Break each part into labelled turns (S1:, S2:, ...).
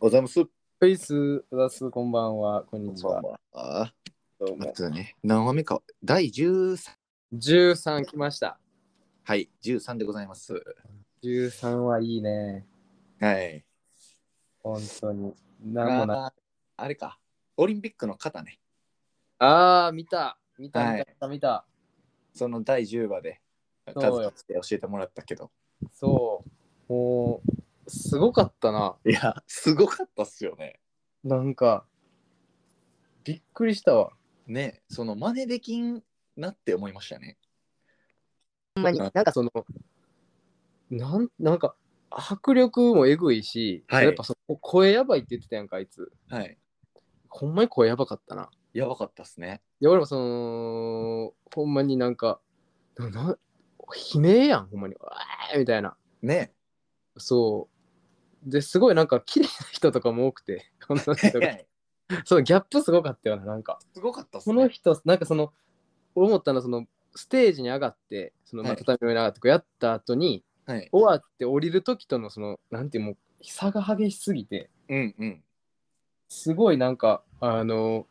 S1: おざいます。
S2: フェイス、ラス、こんばんは、こんにちは。
S1: は。あ
S2: どう
S1: あ
S2: も。
S1: とね、何話目か。第13。
S2: 13来ました。
S1: はい、13でございます。
S2: 13はいいね。
S1: はい。
S2: 本当に。
S1: あ
S2: なんもない。
S1: ーあれか。オリンピックの方ね。
S2: あー、見た。見た、
S1: はい
S2: 見た、見た。
S1: その第10話で、
S2: そう
S1: 数
S2: よ
S1: 々で教えてもらったけど。
S2: そう。もう、すごかったな。
S1: いや、すごかったっすよね。
S2: なんか、びっくりしたわ。
S1: ね、その真似できんなって思いましたね。
S3: ほんまに。
S1: うん
S3: なんか、
S2: その、なんなんか、迫力もえぐいし、
S1: はい
S2: やっぱそこ声やばいって言ってたやんか、あいつ。
S1: はい。
S2: ほんまに声やばかったな。
S1: やばかったっすね。
S2: いや、俺もその、ほんまになんか、なな悲鳴やん、ほんまに。うわーみたいな。
S1: ね。
S2: そう。ですごいなんか綺麗な人とかも多くて、 こんな 人がそう、ギャップすごかったよな、なんか。
S1: すごかったっす
S2: こ
S1: ね。
S2: の人、なんかその、思ったのは、その、ステージに上がって、その、まあ
S1: はい
S2: 畳の上に上がって、こうやった後に、
S1: はい。
S2: 終わって降りる時との、その、なんていう、もう、差が激しすぎて、
S1: うんうん。
S2: すごいなんか、あの、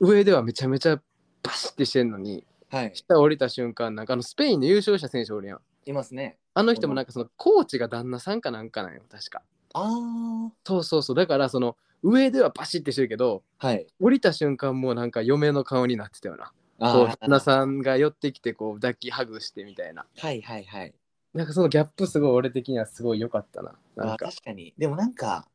S2: 上ではめちゃめちゃバシッてしてんのに、
S1: はい。
S2: 下降りた瞬間、なんかあのスペインの優勝した選手おるやん。
S1: いますね。
S2: あの人もなんかそのコーチが旦那さんかなんかなんよ、確か。
S1: ああ。
S2: そうそうそう、だからその上ではバシッてしてるけど、
S1: はい。
S2: 降りた瞬間もうなんか嫁の顔になってたよな。こう
S1: あ
S2: 旦那
S1: あ。
S2: さんが寄ってきてこう抱きハグしてみたいな。
S1: はいはいはい。
S2: なんかそのギャップすごい俺的にはすごい良かったな。なん
S1: あ
S2: か。
S1: 確かにでもなんか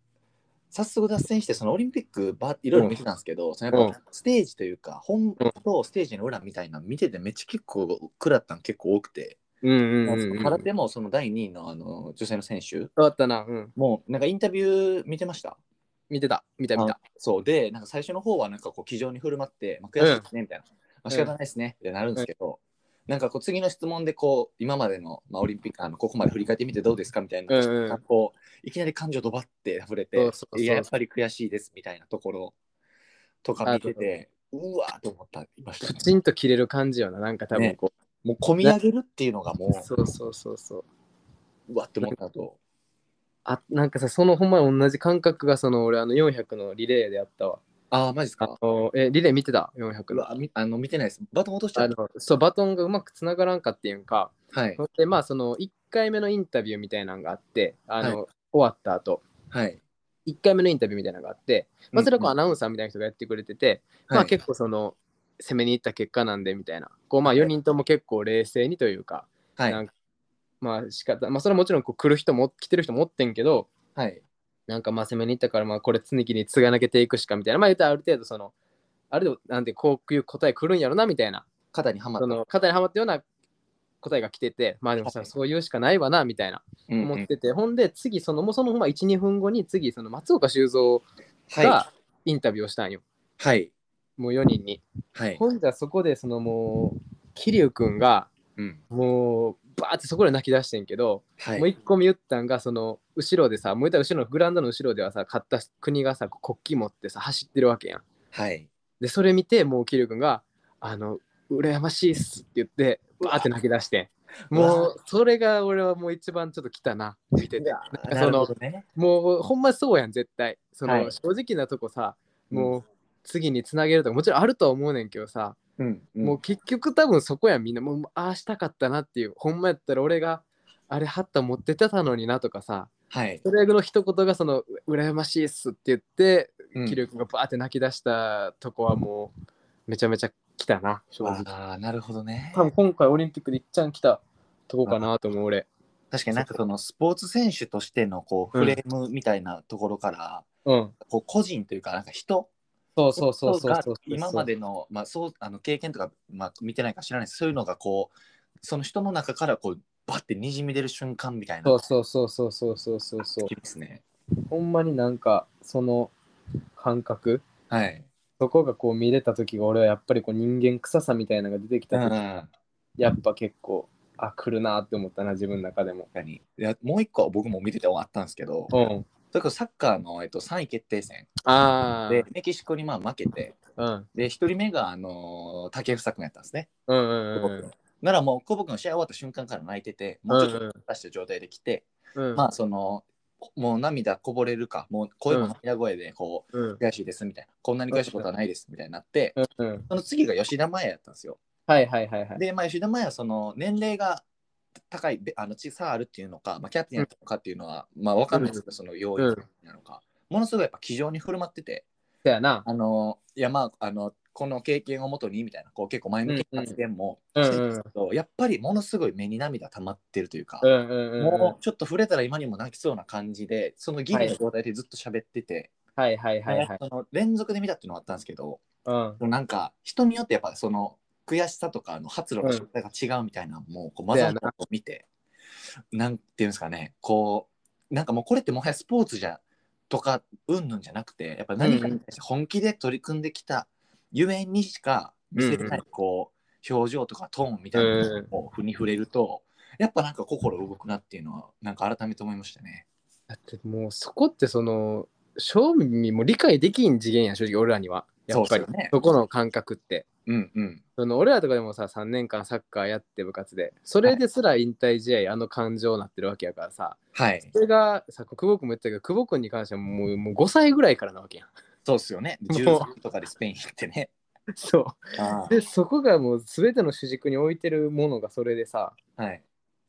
S1: 早速脱線してそのオリンピックばいろいろ見てたんですけど、そのやっぱステージというか本とステージの裏みたいなの見ててめっちゃ結構食らったの結構多くて、
S2: うんうんうん、うん。
S1: 空手もその第2位のあの女性の選手
S2: 変わったな。うん。
S1: もうなんかインタビュー見てました
S2: 見てた。見た見た。
S1: そうでなんか最初の方はなんかこう気丈に振る舞って、まあ、悔しいですねみたいな、まあ、仕方ないですねってなるんですけど、なんかこう次の質問でこう今までの、まあ、オリンピックあのここまで振り返ってみてどうですかみたいな、
S2: うんうん
S1: こういきなり感情ドバって溢れて
S2: そうそうそう
S1: いややっぱり悔しいですみたいなところとか見ててうわーと思ったいました
S2: プ
S1: ね、
S2: チンと切れる感じよな。なんか多分
S1: ね
S2: こ
S1: もう込み上げるっていうのがも
S2: う。
S1: う
S2: そうそうそうそう。
S1: うわって思ったと
S2: あなんかさ、そのほんまに同じ感覚がその俺あの400のリレーであったわ。
S1: ああマジです
S2: あ
S1: か
S2: のえ、リレー見てた ?400
S1: う
S2: の。
S1: わみあの見てないですバトン落としちゃ
S2: あ
S1: った
S2: のそうバトンがうまくつながらんかっていうんか、
S1: はい
S2: でまあその1回目のインタビューみたいなのがあってあの、終わった後
S1: はい
S2: 1回目のインタビューみたいなのがあって、まあ、それはこう
S1: うん
S2: アナウンサーみたいな人がやってくれてて、ま
S1: は
S2: あ
S1: い
S2: 結構その攻めに行った結果なんでみたいなこうまあ4人とも結構冷静にというか、
S1: はい
S2: なんかまあ仕方まあそれはもちろんこう来る人も来てる人もおってんけど
S1: はい
S2: なんかまあ攻めに行ったからまあこれ常につがなげていくしかみたいなまあ言うたらある程度そのある程度なんてこういう答え来るんやろなみたいな
S1: 肩にはまった
S2: その肩にはまったような答えが来てて、まあでも
S1: は
S2: さ、
S1: い
S2: そういうしかないわな、みたいな
S1: うんうん
S2: 思ってて、ほんで、次、そのもうそのま1、2分後に、次、その松岡修造
S1: は
S2: がインタビューをしたんよ、
S1: いはい
S2: もう4人に。
S1: はい。
S2: ほんじゃ、そこで、そのもう、桐生くんが、
S1: うん。
S2: もう、バーってそこで泣き出してんけど、
S1: はい。
S2: もう1個目言ったんが、その、後ろでさ、もう言ったら後ろのグラウンドの後ろではさ、勝った国がさ、国旗持ってさ、走ってるわけやん。
S1: はい。
S2: で、それ見て、もう桐生くんが、あの、羨ましいっすって言って、バーって泣き出してん。もう、それが俺はもう一番ちょっと来たな、見て
S1: う
S2: て。
S1: わ
S2: なん
S1: ー、
S2: か
S1: な
S2: そ
S1: るほ
S2: の、
S1: どね。
S2: もう、ほんまそうやん、絶対。その、
S1: はい
S2: 正直なとこさ、
S1: う
S2: もう、次につなげるとか、もちろんあるとは思うねんけどさ、
S1: うん。
S2: もう結局多分そこやん、みんな。もう、ああしたかったなっていう、ほんまやったら俺が、あれ、ハッタ持っててたのになとかさ、
S1: はい。
S2: それの一言が、その、う羨ましいっすって言って、
S1: うん
S2: 気力がバーって泣き出したとこはもう、めちゃめちゃ来たな、正直。
S1: ああ、なるほどね。
S2: 多分今回オリンピックでいっちゃん来たとこかなと思う、俺。
S1: 確かになんかそのスポーツ選手としてのこう
S2: うん
S1: フレームみたいなところから、
S2: うん。
S1: こう個人というかなんか人
S2: そうそうそうそうそうそう
S1: が今までの,、まあ、そうあの経験とか、まあ、見てないか知らないですそういうのがこうその人の中からこうバッてにじみ出る瞬間みたいな
S2: そうそうそうそうそうそうそうそう
S1: きますね。
S2: ほんまになんかその感覚
S1: はい。
S2: そこがこう見れた時が俺はやっぱりこう人間臭さみたいなのが出てき
S1: う
S2: た
S1: ん。
S2: 時、
S1: 確
S2: やっぱ結構あ来るなって思ったな自分の中でも
S1: かに。いやもう一個は僕も見てて終わったんですけど、
S2: うん
S1: だからサッカーの、えっと、3位決定戦
S2: ああ
S1: でメキシコにまあ負けて
S2: うん
S1: で1人目が、あのー竹房君やったんですね。
S2: うんうん
S1: 久保君ならもう久保君の試合終わった瞬間から泣いててもうちょっと出した状態で来て、
S2: うんうん
S1: まあそのもう涙こぼれるか、もう声も涙声で、こ
S2: うん
S1: う、。悔しいですみたいな、こんなに悔しいことはないですみたいになって、
S2: うん。
S1: その次が吉田麻也やったんですよ。
S2: はいはいはいはい。
S1: で、まあ、吉田麻也はその年齢が高い、べあの、ち差あるっていうのか、まあ、キャプテンやったのかっていうのは、まあ、わかんないですけど、その要因なのか、ものすごいやっぱ気丈に振る舞ってて、
S2: だよな。
S1: あの、いや、まあ、あの、この経験をもとにみたいな、こう結構前向きな発言も
S2: うんう
S1: し
S2: ん
S1: てるんですけど、やっぱりものすごい目に涙溜まってるというか、
S2: うんうんうん。
S1: もうちょっと触れたら今にも泣きそうな感じで、そのギリの状態でずっと喋ってて、
S2: う。はいはいはいはい。
S1: その連続で見たっていうのはあったんですけど、
S2: うん。
S1: なんか人によってやっぱその悔しさとかの発露の仕方が違うみたいなのもこう混ざったのを見て、なんていうんですかね、こう、なんかもうこれってもはやスポーツじゃとかうんぬんじゃなくて、やっぱ何かに対して本気で取り組んできたゆえにしか見せれないこう、表情とかトーンみたいなのをふに触れると、やっぱなんか心動くなっていうのは、なんか改めて思いましたね。
S2: だってもうそこってその、正味も理解できん次元や、正直俺らには。やっぱ
S1: そう
S2: り
S1: っすよね
S2: そこの感覚って。
S1: うんうん。
S2: その俺らとかでもさ3年間サッカーやって部活でそれですら引退試合、あの感情になってるわけやからさ
S1: はい。
S2: それがさ久保君も言ってたけど久保君に関してはもうもう5歳ぐらいからなわけやん
S1: そうっすよね。
S2: もう
S1: 13とかでスペイン行ってね。
S2: そ
S1: あ
S2: うでそこがもう全ての主軸に置いてるものがそれでさ
S1: あはい。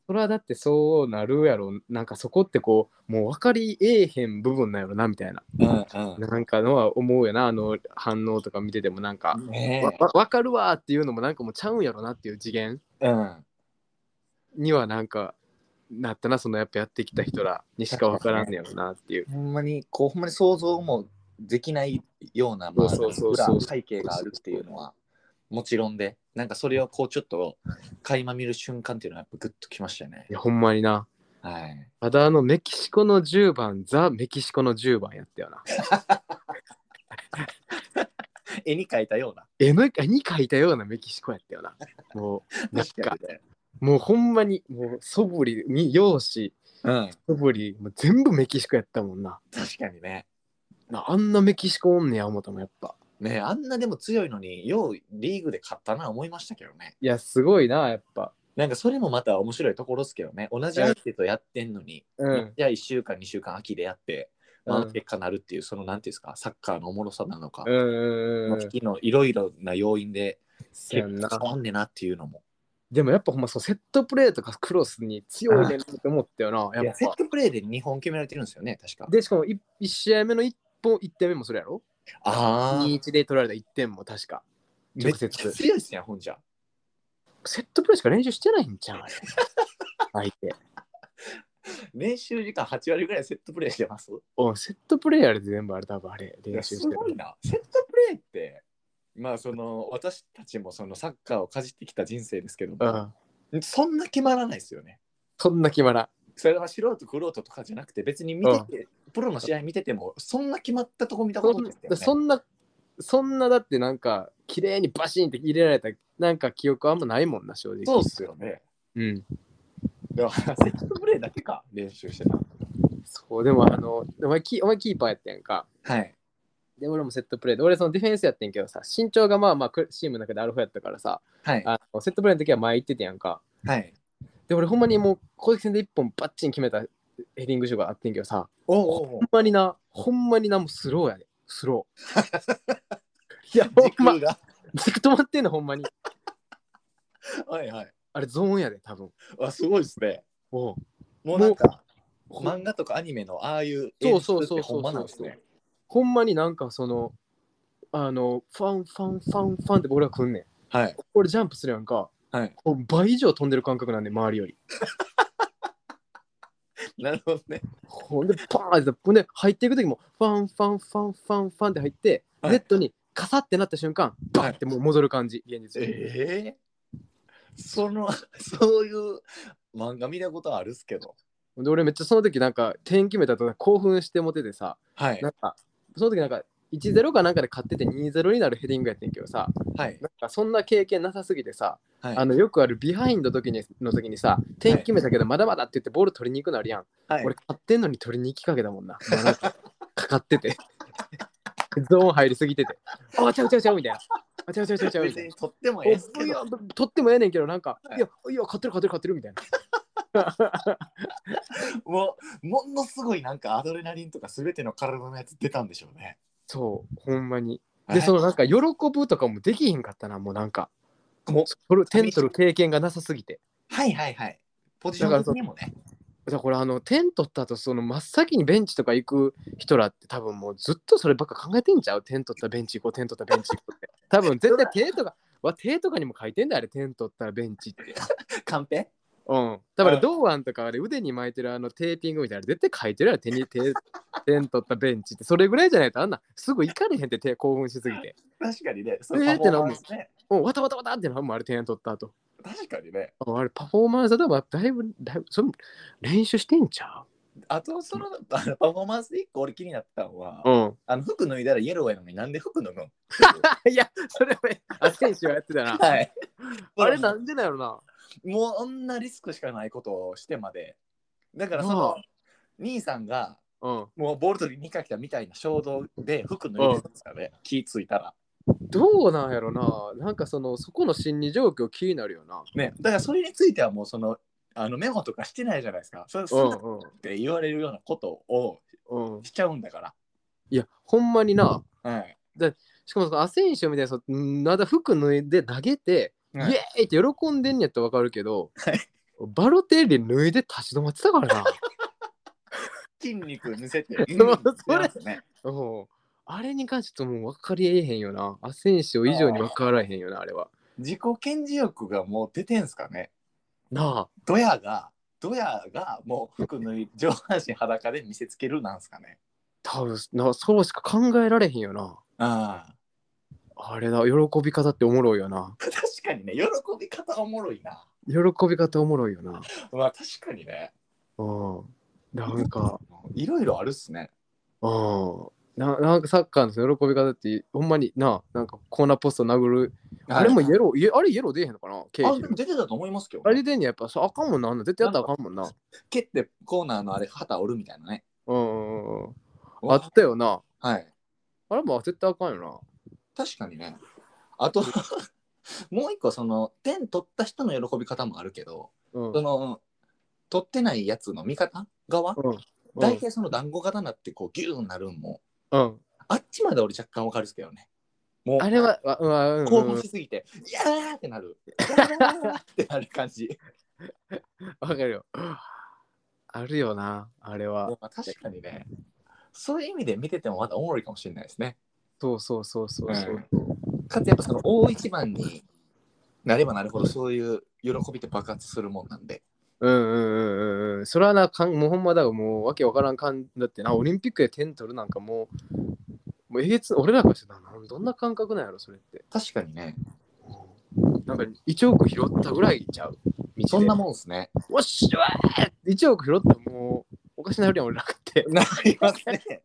S2: それはだってそうなるやろなんかそこってこうもう分かりええへん部分なんやろなみたいな、
S1: うんうん。
S2: なんかのは思うよなあの反応とか見ててもなんか、
S1: ね
S2: わわ分かるわーっていうのもなんかもうちゃうんやろなっていう次元
S1: えうん。
S2: にはなんかなったなそのやっぱやってきた人らにしか分からんねやろなっていう。
S1: ほんまに、こう、ほんまに想像もできないような、まあ、
S2: そうそうそうそう
S1: 裏背景があるっていうのは、もちろんで、なんかそれをこう、ちょっと、垣間見る瞬間っていうのは、やっぱグッときましたね
S2: い。やほんまにな。
S1: はい。
S2: ただあのメキシコの10番ザ・メキシコの10番やったよな。
S1: 絵に描いたような。
S2: 絵のに書いたようなメキシコやったよな。も うなんかもうほんまにもう素振りに容姿
S1: うん。
S2: 素振りもう全部メキシコやったもんな。
S1: 確かにね。
S2: なあんなメキシコおんねや思ったもんやっぱ。
S1: ねえあんなでも強いのに、ようリーグで勝ったな、思いましたけどね。
S2: いやすごいなやっぱ。
S1: なんかそれもまた面白いところですけどね。同じ相手とやってんのに、
S2: うん。
S1: じゃあ1週間、2週間、秋でやって、まあ
S2: うん
S1: 結果なるっていう、その、なんていうんですか、サッカーのおもろさなのか、
S2: うんうんうんうん。
S1: 時のいろいろな要因で結
S2: そうやんな
S1: 構変わんねんなっていうのも。
S2: でもやっぱほんまそうセットプレーとかクロスに強いねんなって思ったよな。
S1: い
S2: や
S1: や
S2: っ
S1: セ
S2: ぱ
S1: ッ。トプレーで2本決められてるんですよね、確か。
S2: で、しかも 1, 試合目の1本、1点目もそれやろ
S1: ああ、
S2: ?2-1 で取られた1点も確か。
S1: め
S2: 直
S1: っちゃ
S2: 接。
S1: 強いですね、ほんじゃ。
S2: セットプレーしか練習してないんじゃん、あれ相手。
S1: 練習時間8割ぐらいセットプレーしてます。
S2: おセットプレーやれて全部あれ多分あれ
S1: い
S2: 練
S1: や
S2: 習
S1: す
S2: して
S1: ごい
S2: る。
S1: な。セットプレーって、まあその私たちもそのサッカーをかじってきた人生ですけど
S2: う
S1: も、
S2: ん。
S1: そんな決まらないですよね。
S2: そんな決まらん。
S1: それは素人、クロートとかじゃなくて、別に見てて、プロの試合見てても、そんな決まったとこ見たこ
S2: そ
S1: と
S2: ん
S1: ないですよ
S2: な、
S1: ね。
S2: そんな、そんなだってなんか、綺麗にバシーンって入れられた、なんか記憶あんまないもんな、正直。
S1: そうっすよね。
S2: うん。
S1: だからセットプレーだけか、練習してた。
S2: そう、でもあの、お前キーお前キーパーやったやんか。
S1: はい。
S2: で、俺もセットプレーで、俺そのディフェンスやってんけどさ、身長がまあまあくチームの中でアルファやったからさ、
S1: はい。
S2: あのセットプレーの時は前行っててやんか。
S1: はい。
S2: で、俺ほんまにもう攻撃戦で一本バッチン決めたヘディングシュートがあってんけどさ、
S1: おうおうおう
S2: ほんまにな、ほんまにな、もうスローやで、スロ ー。いや、ほん
S1: 時空、
S2: ま
S1: が。
S2: 軸止まってんの、ほんまに。
S1: はいはい。
S2: あれ、ゾーンやで、多分。
S1: あ、すごいですね。
S2: おう
S1: もうなんか、
S2: もう
S1: 漫画とかアニメのああいう
S2: そうそうそうそ
S1: ほ
S2: う
S1: んまなんですね。
S2: ほんまになんかその、あの、ファンファンファンファンって俺は来んねん。
S1: はい。
S2: 俺ジャンプするやんか。
S1: はい。
S2: もう倍以上飛んでる感覚なんで、周りより。
S1: なるほどね。
S2: ほんで、パーンって、ほんで、入っていく時も、ファンファンファンファンファンって入って、
S1: はい
S2: ネットにカサってなった瞬間、バンってもう戻る感じ、現実に。
S1: ええその、 そういう漫画見たことあるっすけど。
S2: で、俺めっちゃその時なんか、点決めたと興奮してもててさ、
S1: はい
S2: なんか、その時なんか、1-0かなんかで勝ってて2-0になるヘディングやってんけどさ、
S1: はい。
S2: なんかそんな経験なさすぎてさ、
S1: はい。
S2: あのよくあるビハインドの時にの時にさ、点決めたけどまだまだって言ってボール取りに行くのあるやん。
S1: はい
S2: 俺、勝ってんのに取りに行きかけたもんな。もうなんかかかって て。ゾーン入りすぎてて。あ、ちゃうちゃうちゃうみたいな。あ、ちゃうちゃうちゃうちゃうみた
S1: 別
S2: い
S1: に
S2: な。
S1: とっても
S2: おい
S1: ええ
S2: や
S1: っすけど。
S2: 取ってもええねんけど、なんか、
S1: はい
S2: いや、いや、勝ってる勝ってる勝ってるみたいな。
S1: もうものすごいなんかアドレナリンとか全ての体のやつ出たんでしょうね。
S2: そう、ほんまに。
S1: え
S2: で、そのなんか、喜ぶとかもできひんかったな、もうなんか。
S1: もう
S2: それ、テントの経験がなさすぎて。
S1: はいはいはい。ポジション的にもね。
S2: だからこれあのテントった後その真っ先にベンチとか行く人らって多分もうずっとそればっか考えてんちゃうテントったらベンチ行こうテントったらベンチ行こうって多分絶対手とかわ手とかにも書いてんだよあれテントったらベンチって
S1: カンペ
S2: うんだから
S1: うん
S2: 堂安とかあれ腕に巻いてるあのテーピングみたいなの絶対書いてるやろ手に手テントったベンチってそれぐらいじゃないとあんなすぐ行かれへんって手興奮しすぎて
S1: 確かにね。そ
S2: えーってなるも
S1: パフォー
S2: ん
S1: マンスね。
S2: もうわたわたわたってなんもんあれテントった後
S1: 確かにね。
S2: あれパフォーマンスだとだいぶだいぶそれも練習してんちゃ
S1: あとそのあのパフォーマンスで一個俺気になったのは、
S2: ううん
S1: あの服脱いだらイエローやのになんで服脱ぐの
S2: いやそれはあ選手はやってたな
S1: はい。
S2: あれなんでなんやろな。
S1: もうあんなリスクしかないことをしてまで。だからそ
S2: な
S1: の
S2: あ
S1: 兄さんが
S2: うん。
S1: もうボール取りにかけたみたいな衝動で服脱いでたんですかね。気ぃついたら。
S2: どうなんやろな。なんかそのそこの心理状況気になるよな。
S1: ね。だからそれについてはもうそのあのメモとかしてないじゃないですか。それす
S2: う
S1: ぐ
S2: ん
S1: っって言われるようなことを
S2: うんうん。
S1: しちゃうんだか
S2: いや、ほんまにな。
S1: ら。はい。
S2: しかもそのアセンションみたいなそのんなだ服脱いで投げて、
S1: はい
S2: イエーイって喜んでんやったらわかるけど、
S1: はい
S2: バロテッリ脱いで立ち止まってたから な。
S1: 筋肉見せて。
S2: そ
S1: う
S2: う
S1: ん
S2: それ
S1: してますね
S2: うん。あれに関してもう分かりえへんよな。アセンション以上に分からへんよな、あれは。
S1: 自己顕示欲がもう出てんすかね。
S2: なあ。
S1: ドヤが、ドヤがもう服脱い、上半身裸で見せつけるなんすかね。
S2: 多分なそうしか考えられへんよな。
S1: ああ。
S2: あれだ、喜び方っておもろいよな。
S1: 確かにね、喜び方おもろいな。
S2: 喜び方おもろいよな。
S1: まあ確かにね。
S2: うん。なんか、
S1: いろいろあるっすね。
S2: うん。ななんかサッカーのその喜び方って、ほんまにな、なんかコーナーポスト殴る。あれもイエロー、いえあれイエロー出えへんのかな経
S1: あ
S2: 費
S1: でも出てたと思いますけど、
S2: あれ出んねや、やっぱそうあかんもんな。あんな絶対やったらあかんもんな。
S1: 蹴ってコーナーのあれ旗折るみたいなね。
S2: うんうんうん。あったよな。
S1: はい。
S2: あれも絶対あかんよ
S1: 確かにね。あと、 もう一個その点取った人の喜び方もあるけど、
S2: な。うん。う
S1: そ
S2: ん
S1: の取ってないやつの味方側、大体その団子型になってこうギューになるんも、
S2: うん。
S1: あっちまで俺若干わかるっすけどね。もう
S2: あれは、わわうん
S1: 興
S2: うん
S1: 奮しすぎて、いやーってなる。いやーってなる感じ。
S2: わかるよ。あるよな、あれは。
S1: まあ確かにね、そういう意味で見ててもまだおもろいかもしれないですね。
S2: そうそうそうそうそう。
S1: かつやっぱその大一番になればなるほどそういう喜びって爆発するもんなんで。
S2: うんうんうんうんうん。それはな、かんもうほんまだからもうわけわからんかんだってな、オリンピックで点取るなんかもう、もうえげつ、俺らからしたらなんどんな感覚なんやろ、それって。
S1: 確かにね、
S2: なんか1億拾ったぐらいちゃう。道で
S1: そんなもんですね。
S2: おっしゃー !1 億拾ったらもう、おかしなるやん、俺らって。
S1: なりますね。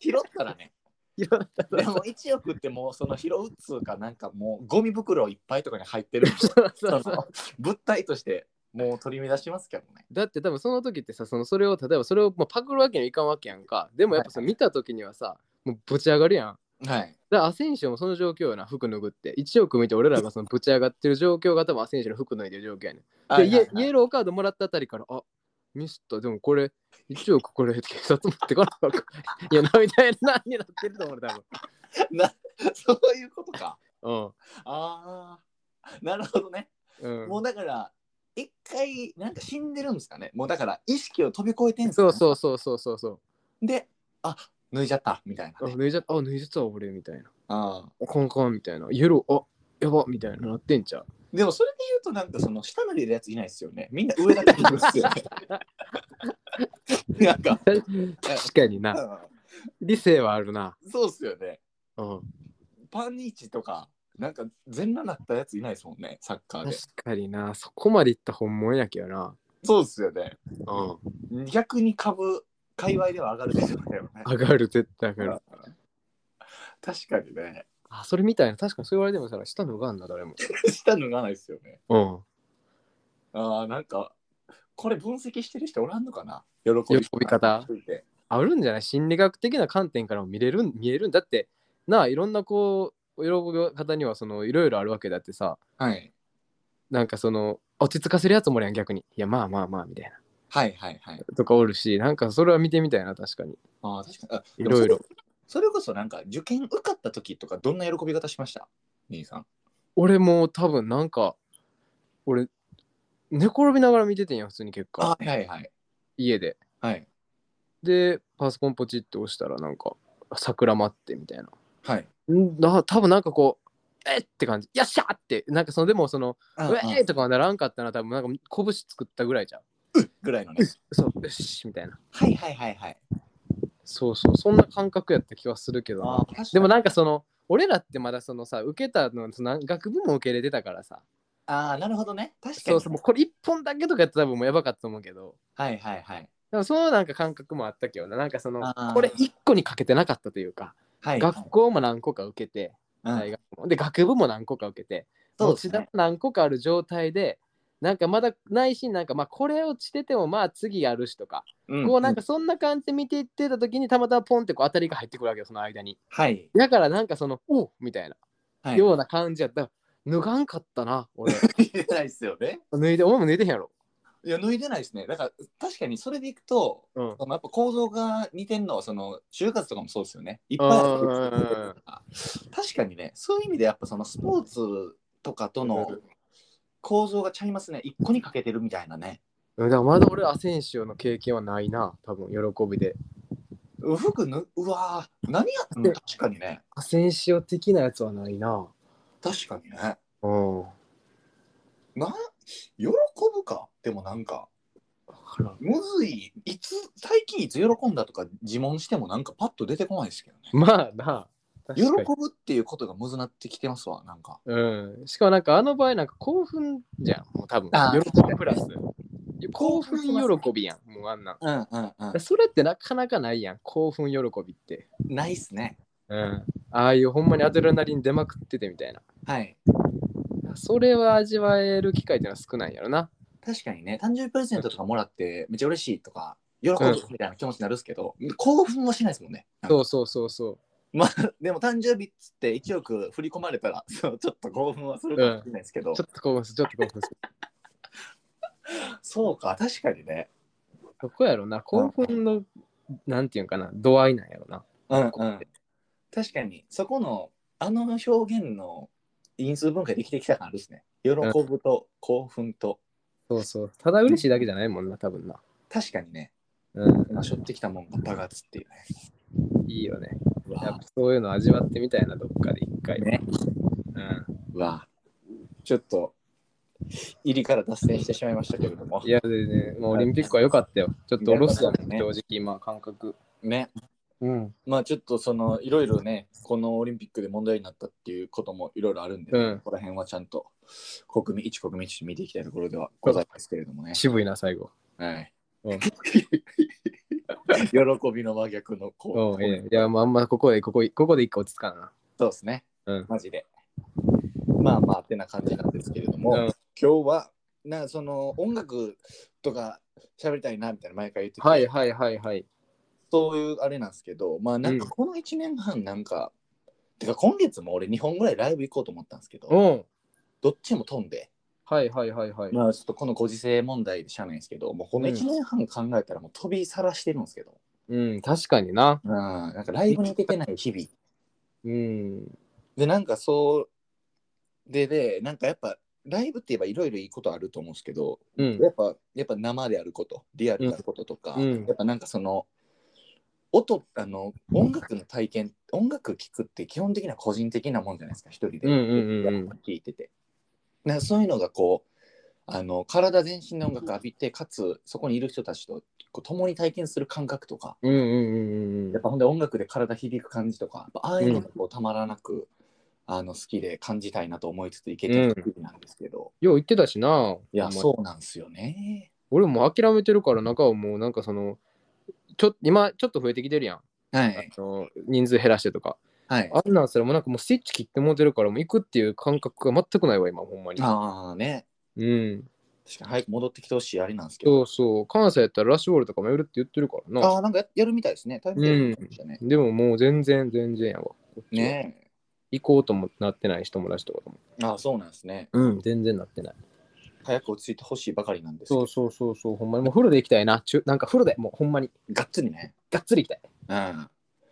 S1: 拾ったらね。
S2: 拾った
S1: でも1億ってもうその拾うっつうかなんかもうゴミ袋いっぱいとかに入ってる その物体としてもう取り乱しますけどね。
S2: だって多分その時ってさ、そのそれを、例えばそれをまあパクるわけにはいかんわけやんか。でもやっぱその見た時にはさ、もうぶち上がるやん。
S1: はい。
S2: だからアセンションもその状況やな、服脱ぐって。1億見て俺らがそのぶち上がってる状況が多分アセンションの服脱いでる状況やねん。
S1: は
S2: で
S1: い
S2: イエイエローカードもらったあたりから、あミスった、でもこれ、一応これ、警察持ってかなあかん いや、なみたいな、になってると思う、多
S1: なそういうことか。
S2: 分。
S1: ああ、なるほどね。
S2: うん。
S1: もうだから、一回、なんか死んでるんですかね。もうだから、意識を飛び越えて
S2: うんん、
S1: すか
S2: そ
S1: ね
S2: うそうそうそうそうそう。
S1: で、あ脱いじゃった、みたい
S2: あ、
S1: なね。
S2: 脱いじゃった、あ、脱いじゃった、俺、みたいな。
S1: あ
S2: あカンカン、みたいな。イエロー、あ、やば、みたいな、なってんちゃう。
S1: ーでも、それで言うと、なんかその、下までいるやついないですよね。みんな上だけいるっすよ ね。なんか、
S2: 確かにな。理性はあるな。
S1: うんそうっすよね。
S2: うん。
S1: パンニーチとか、なんか、全裸なったやついないですもんね、サッカー
S2: 確
S1: で。
S2: かにな。そこまでいった本物やけどな。
S1: そうっすよね。
S2: うん。
S1: 逆に株、界隈では上がるでしょうね。
S2: 上がる、絶対上がる。
S1: 確かにね。
S2: あ、それみたいな。確かにそう言われてもさ、下脱がんな、誰も。
S1: 下脱がないですよね。
S2: うん。
S1: ああ、なんか、これ分析してる人おらんのかな喜び
S2: 喜び方
S1: って
S2: あるんじゃない心理学的な観点からも見れるん見えるんだってなあいろんなこう喜び方にはそのいろいろあるわけだってさ
S1: はい。
S2: なんかその落ち着かせるやつもおるやん逆にいやまあまあまあみたいな
S1: はいはいはい。
S2: とかおるしなんかそれは見てみたいな確かに
S1: ああ、確かにあ。
S2: いろいろ
S1: それこそなんか受験受かった時とかどんな喜び方しました兄さん。
S2: 俺も多分なんか俺寝転びながら見ててんや普通に結果
S1: はいはいはい。
S2: 家で
S1: はい。
S2: でパソコンポチって押したらなんか桜待ってみたいな
S1: はい。
S2: んな多分なんかこうえって感じよっしゃーってなんかそのでもその
S1: あ
S2: う
S1: あ
S2: えーとかはならんかったな多分なんか拳作ったぐらいじゃん
S1: ぐらいのね。
S2: そうよしみたいな
S1: はいはいはいはい。
S2: そうそうそんな感覚やった気はするけどな
S1: ああ
S2: でもなんかその俺らってまだそのさ受けたのその学部も受け入れてたからさ
S1: ああ、なるほどね。確か
S2: そ
S1: に。
S2: うそうもうこれ1本だけとかやったら多分もうやばかったと思うけど
S1: はいはいはい。
S2: でもそのなんか感覚もあったけどななんかその
S1: あー
S2: これ1個にかけてなかったというか
S1: はい、
S2: 学校も何個か受けて
S1: うん
S2: 大学もで学部も何個か受けて
S1: そう
S2: 持
S1: です
S2: ち
S1: ね
S2: だ何個かある状態でなんかまだ内心なんかまあこれ落ちててもまあ次あるしとかこうなんかそんな感じで見ていってた時にたまたまポンってこう当たりが入ってくるわけよその間に
S1: はい。
S2: だからなんかそのおうみたいな
S1: はい。
S2: ような感じやった脱がんかったな俺
S1: 言えないですよね。
S2: 脱いでお前も脱いでへんやろ
S1: いや、脱いでないですね。だから、確かにそれでいくと、
S2: うん
S1: そのやっぱ構造が似てんのは、その、就活とかもそうですよね。いっぱい
S2: あー
S1: ある確かにね、そういう意味で、やっぱそのスポーツとかとの構造がちゃいますね。一個にかけてるみたいなね。
S2: だからまだ俺アセンシオの経験はないな多分喜びで
S1: 服ぬ、うわー何やってんの確かにね。
S2: アセンシオ的なやつはないな
S1: 確かにね。
S2: うんだ
S1: な、喜ぶか。でもなんか、
S2: から
S1: むずい、いつ、最近いつ喜んだとか自問してもなんかパッと出てこないですけどね。
S2: まあな
S1: 喜
S2: 確かに
S1: ぶっていうことがむずなってきてますわ、なんか。
S2: うん、しかもなんかあの場合なんか興奮じゃんもう多分
S1: あー
S2: 喜ぶプラス興奮喜びやんもうあんなん
S1: うんうんうん
S2: それってなかなかないやん興奮喜びって、
S1: ないっすね。
S2: うん、ああいうほんまにアドレナリン出まくっててみたいな
S1: はい。
S2: それは味わえる機会ってのは少ないんやろな
S1: 確かにね、誕生日プレゼントとかもらって、めっちゃ嬉しいとか、喜ぶみたいな気持ちになるっすけど、興奮はしないですもんね。
S2: そうそうそうそ
S1: まあ、でも誕生日っつって1億振り込まれたら、そうちょっと興奮はするかもしれないですけど、
S2: うちょっと興奮するちょっと興奮する
S1: そうか、確かにね。
S2: そこやろな興奮のなんていうんかな度合いなんやろな
S1: うんうん。確かに、そこの、あの表現の因数分解できてきた感あるですね。喜ぶと興奮と、
S2: そうそうただ嬉しいだけじゃないもんな多分な
S1: 確かにね、
S2: うん
S1: まあ、背負ってきたもんが爆発っていうね。
S2: いいよね
S1: う
S2: やっぱ
S1: わ
S2: そういうの味わってみたいなどっかで一回
S1: ね
S2: うん
S1: うわちょっと、入りから脱線してしまいましたけれども
S2: い。や、でね、もうオリンピックは良かったよ。ちょっとおろすよね、
S1: いや
S2: 正直、今、感覚。
S1: ね。
S2: うん。
S1: まあちょっとそのいろいろね、このオリンピックで問題になったっていうこともいろいろあるんで、
S2: うん
S1: ここら辺はちゃんと国民、一国民一と見ていきたいところではございますけれどもね。
S2: 渋いな、最後。
S1: はい。
S2: うん
S1: 喜びの真逆のこう、
S2: うん、いやいや、もうあんまここで、ここここで一個落ち着かんな。
S1: そうですね。
S2: うん
S1: マジで。まあまあってな感じなんですけれども、
S2: うん
S1: 今日はなその音楽とか喋りたいなみたいな毎回言ってて、
S2: はいはいはいはい。
S1: そういうあれなんですけど、まあなんか
S2: うん
S1: この1年半なんか、てか今月も俺2本ぐらいライブ行こうと思ったんですけど、
S2: うん。
S1: どっちも飛んで、
S2: はいはいはいはい。
S1: まあちょっとこのご時世問題でしゃあないんですけど、もうこの1年半考えたらもう飛びさらしてるんですけど、
S2: うん、確かにな。
S1: うん、なんかライブに出てない日々。
S2: うん。
S1: で、なんかそう、でで、なんかやっぱライブって言えばいろいろいいことあると思うんですけど、
S2: うん。
S1: やっぱ、やっぱ生であること、リアルなこととか、
S2: うんうん
S1: やっぱなんかその、音あの音楽の体験音楽聴くって基本的には個人的なもんじゃないですか一人で
S2: うんうんうんうん
S1: 聴いてて、なんかそういうのがこうあの体全身の音楽浴びてかつそこにいる人たちとこう共に体験する感覚とか
S2: うんうんうんう
S1: やっ
S2: ん。
S1: ぱほんで音楽で体響く感じとかやっぱああいうのがこうたまらなく、あの好きで感じたいなと思いつついけてる時なんですけど、
S2: よう言ってたしな。
S1: いや
S2: う。
S1: そうなんですよね
S2: 俺もう諦めてるから、中はもうなんかその、ちょ今、ちょっと増えてきてるやん。
S1: はい
S2: あの人数減らしてとか。
S1: はい
S2: あんなんすらもうなんかもうスイッチ切ってもうてるから、もう行くっていう感覚が全くないわ、今、ほんまに。
S1: ああね
S2: うん。
S1: 確かに早く戻ってきてほしいあれなんですけど。
S2: そうそう、関西やったらラッシュボールとかもやるって言ってるから
S1: あ
S2: な。
S1: あ、なんかややるみたいですね。タイムテーブルでしたね。
S2: でももう全然全然やわ。
S1: ねえ
S2: 行こうともなってないし、友達とかとも。
S1: ああ、そうなんですね。
S2: うん、全然なってない。
S1: 早く落ち着いてほしいばかりなんですけ
S2: そ
S1: ど
S2: うそうそうそう、ほんまにもうフルで行きたいな。ちゅなんかフルで、もうほんまに、
S1: がっつりね、
S2: がっつり行きたい。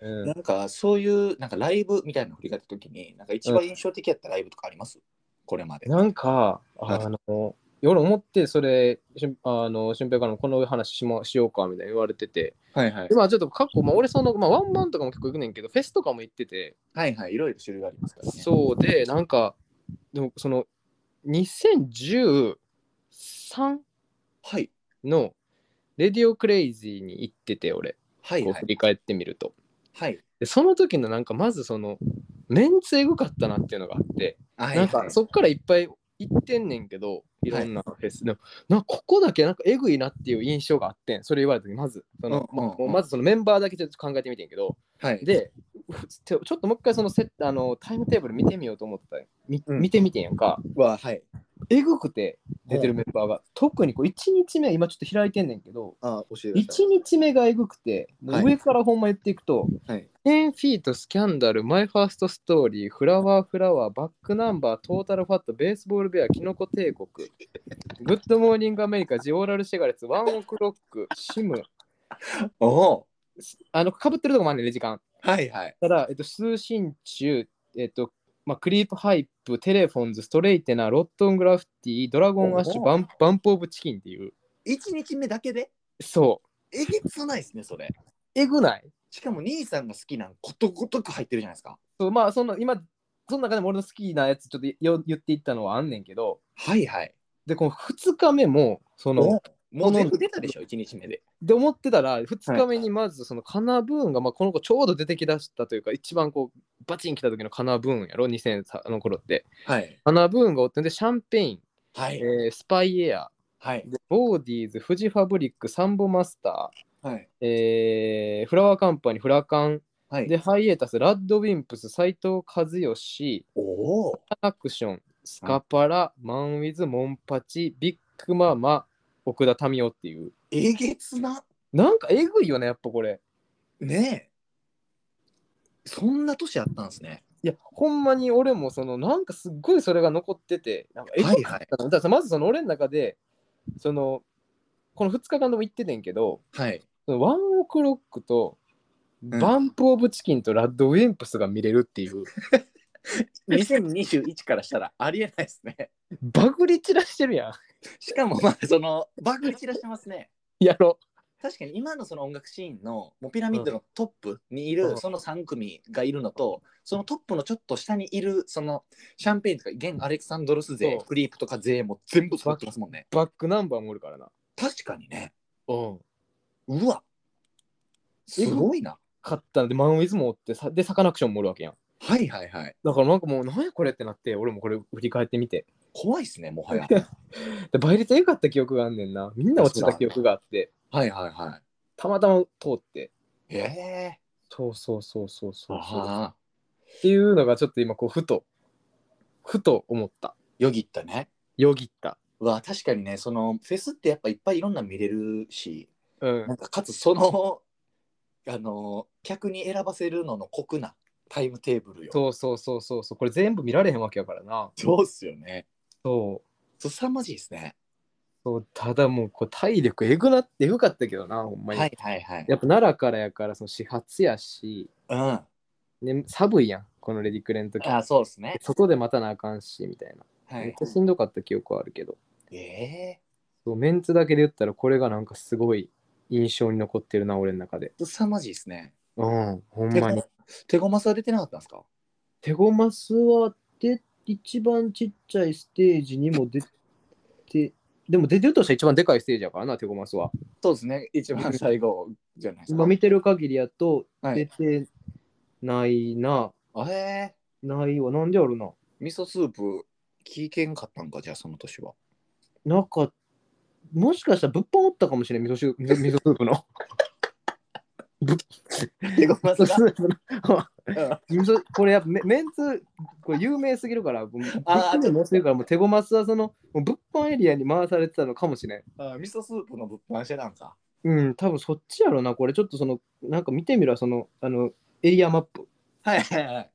S1: うん、
S2: うん
S1: なんかそういうなんかライブみたいなの振り返った時になんか一番印象的やったライブとかあります、これまで
S2: なんか、
S1: はい
S2: あの、夜思って、それ、しゅあの、俊平からもこの話しましようかみたいに言われてて、
S1: はいはい
S2: 今ちょっと過去、まあ、俺その、まあ、ワンマンとかも結構行くねんけど、フェスとかも行ってて、
S1: はいはいいろいろ種類がありますからね
S2: そうで、なんか、でもその、2013
S1: はい
S2: の、レディオクレイジーに行ってて、俺、
S1: はい
S2: こう
S1: は
S2: 振
S1: い
S2: り返ってみると。
S1: はい
S2: で、その時のなんか、まずその、メンツエグかったなっていうのがあって、
S1: はい
S2: なんかそっからいっぱい行ってんねんけど、いろんなフェス。でもなんかここだけなんかえぐいなっていう印象があってん、それ言われた時まず、その
S1: うんうんうん
S2: まもうまずそのメンバーだけちょっと考えてみてんけど、
S1: はい
S2: で、ちょちょっともう一回そのセッあのタイムテーブル見てみようと思ってたんよみ
S1: うん
S2: 見てみてんやんか、
S1: ははい
S2: えぐくて出てるメンバーが、特にこう1日目、今ちょっと開いてんねんけど、
S1: あ教えてください
S2: 1日目がえぐくて、もう上からほんま言っていくと、
S1: はい
S2: 10フィート、スキャンダル、マイファーストストーリー、フラワーフラワー、バックナンバー、トータルファット、ベースボールベア、キノコ帝国、グッドモーニングアメリカ、ジオーラルシェガレツ、ワンオクロック、シム、
S1: おお
S2: あの、かぶってるとこもあるねんね、時間。
S1: はいはい
S2: ただ、えっと、通信中、えっと、まあ、クリープハイプ、テレフォンズ、ストレイテナ、ロットングラフティ、ドラゴンアッシュ、
S1: お
S2: バンバンプオブチキンっていう。
S1: 1日目だけで
S2: そう。
S1: えげつないですねそれ
S2: えぐない
S1: しかも兄さんが好きなんことごとく入ってるじゃないですか
S2: そうまあ、その、今、その中でも俺の好きなやつ、ちょっとよ言っていったのはあんねんけど、
S1: はいはい
S2: で、この2日目も、その、
S1: もう全部出たでしょ1日目で
S2: で思ってたら、2日目にまず、そのカナブーンが、まあ、この子ちょうど出てきだしたというか、一番こう、バチン来た時のカナブーンやろ、2003の頃って。
S1: はい
S2: カナブーンがおってんで、シャンペイン、
S1: はい
S2: えースパイエア、
S1: はい
S2: でボーディーズ、フジファブリック、サンボマスタ
S1: はい
S2: ー、えーフラワーカンパニー、フラカン、
S1: はい
S2: で、ハイエータス、ラッドウィンプス、斎藤和義、
S1: おお
S2: アクション、スカパラ、マンウィズ、モンパチ、ビッグママ、奥田民生っていう。
S1: えげつな
S2: なんかえぐいよね、やっぱこれ。
S1: ねえそんな年あったんですね
S2: いや、ほんまに俺もその、なんかすっごいそれが残ってて、なんかえぐかった
S1: はいはい
S2: のだからまずその俺の中で、その、この2日間でも言っててんけど、
S1: はい
S2: そのワンオクロックと、
S1: ん
S2: バンプ・オブ・チキンとラッド・ウィンプスが見れるって いう、
S1: 2021からしたらありえないですね
S2: バグり散らしてるやん。
S1: しかもまあそのバグ散らしてますね
S2: やろ。
S1: 確かに今のその音楽シーンのもうピラミッドのトップにいる、
S2: うん
S1: その3組がいるのとそのトップのちょっと下にいるそのシャンペーンとか現アレクサンドロス勢
S2: そう
S1: クリープとか勢も全部揃ってますもんね
S2: バックナンバーもおるからな。
S1: 確かにね
S2: うん。
S1: うわすごいな
S2: 勝ったので、マン・ウィズもおって、さで、サカナクションもおるわけやん。
S1: はいはいはい
S2: だからなんかもう、なんやこれってなって、俺もこれ振り返ってみて。
S1: 怖いっすねもは や
S2: で、倍率良かった記憶があんねんな。みんな落ちた記憶があって、
S1: はいはいは
S2: たまたま通って。
S1: いへえ
S2: そうそうそうそうそうそう。
S1: ああ
S2: っていうのがちょっと今こうふとふと思った。
S1: よぎったね
S2: よぎった。
S1: うわ確かにねそのフェスってやっぱいっぱいいろんな見れるし
S2: うん
S1: な。んかかつその あの客に選ばせるのの酷なタイムテーブルよ。
S2: そうそうそうそうそう。これ全部見られへんわけやからな。
S1: そうっすよね。
S2: そう。
S1: 凄まじいですね。
S2: そうただもうこう体力えぐなってえぐかったけどな、ほんまに。
S1: はいはいはい。
S2: やっぱ奈良からやからその始発やし、
S1: うん。あ
S2: ね、寒いやん、このレディクレの時。
S1: ーそうですね。
S2: 外で待たなあかんし、みたいな。
S1: は
S2: め
S1: い
S2: っち。ゃしんどかった記憶はあるけど。
S1: ええ
S2: そうメンツだけで言ったらこれがなんかすごい印象に残ってるな、俺の中で。
S1: ー。凄まじいですね。
S2: うん、ほん
S1: 手
S2: まに
S1: ご。手ごまさ出てなかったんですか
S2: テゴマスはで一番ちっちゃいステージにも出て、でも出てるとしたら一番でかいステージやからな、テゴマスは。
S1: そうですね。一番最後じゃないですか。
S2: 今見てる限りやと
S1: は
S2: 出
S1: い、
S2: てないな、
S1: あえ
S2: ないわ。なんでやろな。
S1: ー、味噌スープ聞けんかったんかじゃあその年は。
S2: なんか、もしかしたら物販おったかもしれん、味噌汁味噌味噌ス ープの。
S1: 手ごま
S2: 味噌
S1: さ
S2: ス
S1: が。
S2: ー
S1: う
S2: プの
S1: ん
S2: 味噌これやっぱメメンツこれ有名すぎるから、僕
S1: あー
S2: 有名すぎるから、もうテゴマスはそのもう物販エリアに回されてたのかもしれん。
S1: あー味噌スープの物販してたんか。
S2: うん、多分そっちやろな、これ。ちょっとその、なんか見てみろ、その、あの、エリアマップ。
S1: はいはいはい。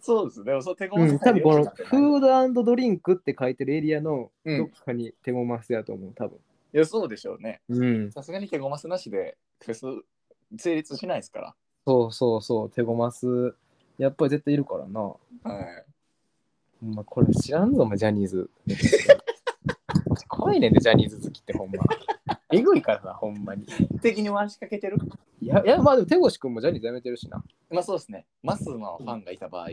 S1: そうですね。でもそう手ごま
S2: うん、
S1: さ
S2: 多
S1: ん
S2: 分
S1: よく知ら
S2: この
S1: ない
S2: フードドリンクって書いてるエリアの
S1: うん
S2: どっかに手ごますやと思う、多分。
S1: いや、そうでしょうね。
S2: うん。
S1: さすがに手ごますなしでフェス成立しないですか
S2: そうそうそう、手ごます。やっぱり絶対いるからな。ほ
S1: ら。はい。
S2: んまこれ知らんぞ、お前ジャニーズ。 怖いねんで、ジャニーズ好きってほんま。えぐいからな、ほんまに。
S1: 的に回しかけてる
S2: いや、いやまあでも手越くんもジャニーズ辞めてるしな。
S1: まあそうですね。マスのファンがいた場合、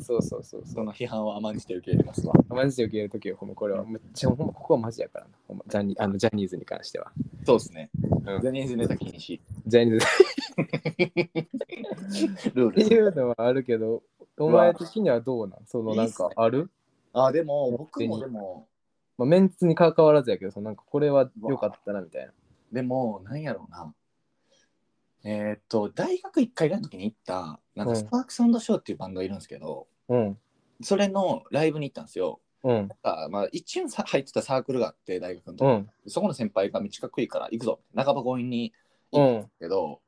S2: そうそうそうそう。
S1: その批判を甘んじて受け入れますわ。
S2: マジで受け入れるときよ、ほんまこれは。めっちゃほんまここはマジやからな。ほんまジャニあのジャニーズに関しては。
S1: そうですね。
S2: うん
S1: ジャニーズネタ禁止。
S2: ジャニーズ
S1: ルー
S2: ってい
S1: ル。
S2: うのはあるけど、お前的にはどうなんそのなんかある
S1: あ、でも僕もでも、
S2: まあ、メンツに関わらずやけど、そのなんかこれは良かったなみたいな。
S1: でも、なんやろうな。えーっと、大学1回ぐらいの時に行った、なんか
S2: うん
S1: スパークサウンドショーっていうバンドいるんですけど、
S2: うん。
S1: それのライブに行ったんですよ。
S2: うん。
S1: あまあ、一応さ入ってたサークルがあって、大学の時、
S2: うん。
S1: そこの先輩が短くいいから行くぞ。半ば強引に
S2: うん。
S1: けど、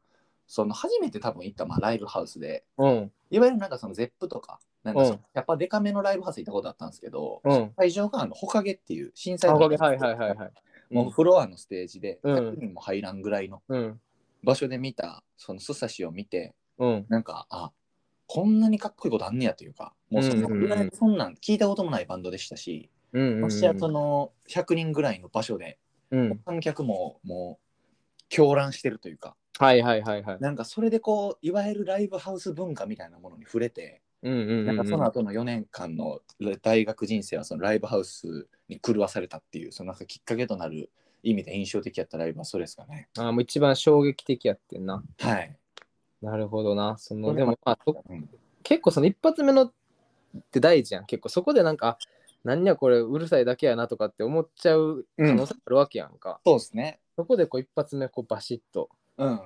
S1: その初めて多分行った、まあ、ライブハウスで、
S2: うん。
S1: いわゆるなんかその ZEP とか、なんかその
S2: うん
S1: やっぱデカめのライブハウス行ったことあったんですけど、
S2: うん。
S1: 会場があの、ほかげっていう震災
S2: あ、
S1: の
S2: はいはいはいはい。
S1: もうフロアのステージで、
S2: うん
S1: 100人も入らんぐらいの
S2: うん。
S1: 場所で見た、そのスサシを見て、
S2: うん。
S1: なんか、あこんなにかっこいいことあんねやというか、もうその
S2: うんうんうん
S1: ぐらいそんなん聞いたこともないバンドでしたし、
S2: うん。
S1: ましてやその100人ぐらいの場所で、
S2: うん。
S1: 観客ももう狂乱してるというか、
S2: はいはいはいはい。
S1: なんかそれでこう、いわゆるライブハウス文化みたいなものに触れて、
S2: うんうん。
S1: なんかその後の4年間の大学人生はそのライブハウスに狂わされたっていうそのなんかきっかけとなる意味で印象的やったライブはそれですかね。
S2: あ、もう一番衝撃的やってんな。
S1: はい。
S2: なるほどな。その、
S1: こ
S2: で
S1: れは
S2: もまあ、そ
S1: うん、
S2: 結構その一発目のって大事やん結構そこでなんかあ何やこれうるさいだけやなとかって思っちゃう可能性あるわけやんか、
S1: そうですね。
S2: そこでこう一発目こうバシッと
S1: うん。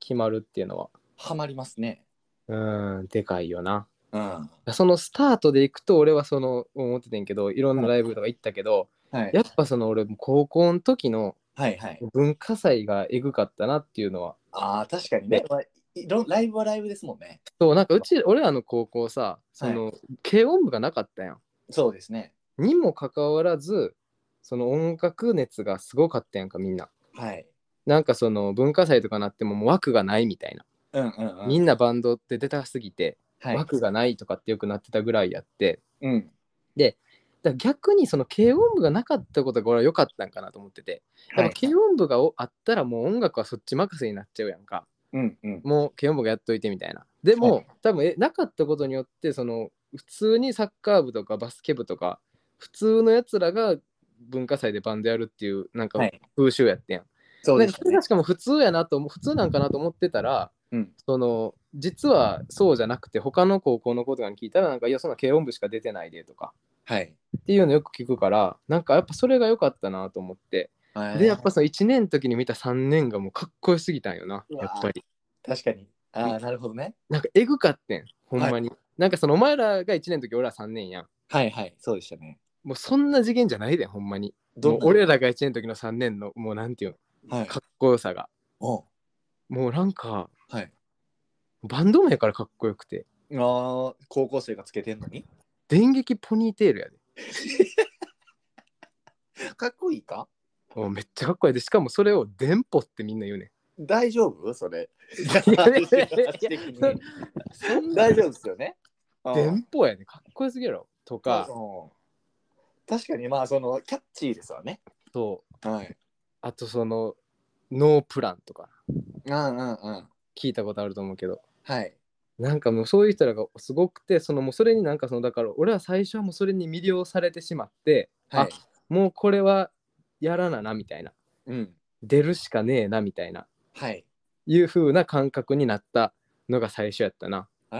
S2: 決まるっていうのは
S1: ハマりますね。
S2: うんでかいよな
S1: うん。は
S2: そのスタートでいくと俺はその思っててんけどいろんなライブとか行ったけど、
S1: い。
S2: やっぱその俺高校の時の
S1: はいはい。
S2: 文化祭がえぐかったなっていうのは
S1: ああ、確かにね。まあいろライブはライブですもんね。
S2: そうなんかうち俺らの高校さその、軽音部がなかったやん
S1: そうですね。
S2: にもかかわらずその音楽熱がすごかったやんかみんな
S1: はい。
S2: なんかその文化祭とかなってももう枠がないみたいな、
S1: うんうんうん。
S2: みんなバンドって出たすぎて、
S1: はい、
S2: 枠がないとかってよくなってたぐらいやって
S1: うん。
S2: だから逆にその軽音部がなかったことが俺は良かったんかなと思ってて、
S1: は
S2: やっ
S1: い
S2: ぱ。軽音部がおあったらもう音楽はそっち任せになっちゃうやんか
S1: うんうん。
S2: もう軽音部がやっといてみたいなでも、
S1: はい
S2: 多分えなかったことによってその普通にサッカー部とかバスケ部とか普通のやつらが文化祭でバンドやるっていうなんか
S1: はい
S2: 風習やってん、
S1: そう
S2: で
S1: で
S2: そ
S1: す
S2: れ
S1: ね
S2: が。しかも普通やなと思う普通なんかなと思ってたら、
S1: うん
S2: その実はそうじゃなくて他の高校の子とかに聞いたらなんかいやそんな軽音部しか出てないでとか
S1: はい。
S2: っていうのよく聞くからなんかやっぱそれが良かったなと思ってでやっぱその1年の時に見た3年がもうかっこよすぎたんよな
S1: うわ
S2: やっぱり
S1: 確かに。ああ、なるほどね。
S2: なんかえぐかってんほんまに、なんかそのお前らが1年の時俺ら3年やん
S1: はいはい。そうでしたね。
S2: もうそんな次元じゃないでほんまに
S1: どん
S2: も
S1: な
S2: う俺らが1年の時の3年のもうなんていう
S1: はい
S2: の。かっこよさが
S1: おう
S2: もうなんか
S1: はい。
S2: バンド名からかっこよくて
S1: あー高校生がつけてんのに
S2: 電撃ポニーテールやで。
S1: かっこいいか
S2: おめっちゃかっこいいでしかもそれを電波ってみんな言うねん。
S1: 大丈夫それ。
S2: やいやいや
S1: 話的に
S2: そんな
S1: 大丈夫ですよね。うん
S2: 電波やねんかっこよすぎやろとか
S1: うん確かにまあそのキャッチーですわね。
S2: と
S1: はい。
S2: あとそのノープランとか
S1: うんうんうん。
S2: 聞いたことあると思うけど
S1: はい。
S2: なんかもうそういう人らがすごくてそのもうそれになんかそのだから俺は最初はもうそれに魅了されてしまって
S1: はい。
S2: もうこれはやらななみたいな
S1: うん。
S2: 出るしかねえなみたいな
S1: はい。
S2: いう風な感覚になったのが最初やったな。
S1: え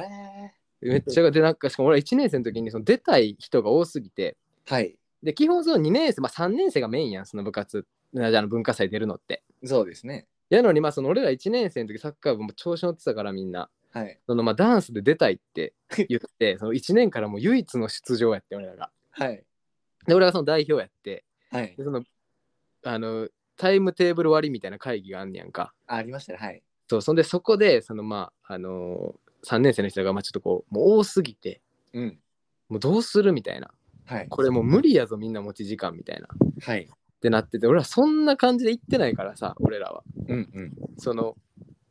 S2: めっちゃでなんかしかも俺は1年生の時にその出たい人が多すぎて
S1: ー、はい。
S2: で基本その2年生、まあ、3年生がメインやんその部活なじゃああの文化祭出るのって。
S1: そうですね。
S2: やのにまあその俺ら1年生の時サッカー部も調子乗ってたからみんな
S1: はい。
S2: そのまあダンスで出たいって言ってその1年からもう唯一の出場やって俺らが。
S1: はい。
S2: で俺がその代表やって
S1: はい
S2: で。そのあのタイムテーブル割りみたいな会議があんねやんか。
S1: あありましたね。はい。
S2: そうそんでそこでそのまああのー3年生の人がまあちょっとこうもう多すぎて
S1: うん。
S2: もうどうするみたいな
S1: はい。
S2: これもう無理やぞみんな持ち時間みたいなっ
S1: はい。
S2: てなってて俺らそんな感じで行ってないからさ俺らは
S1: うんうん。
S2: その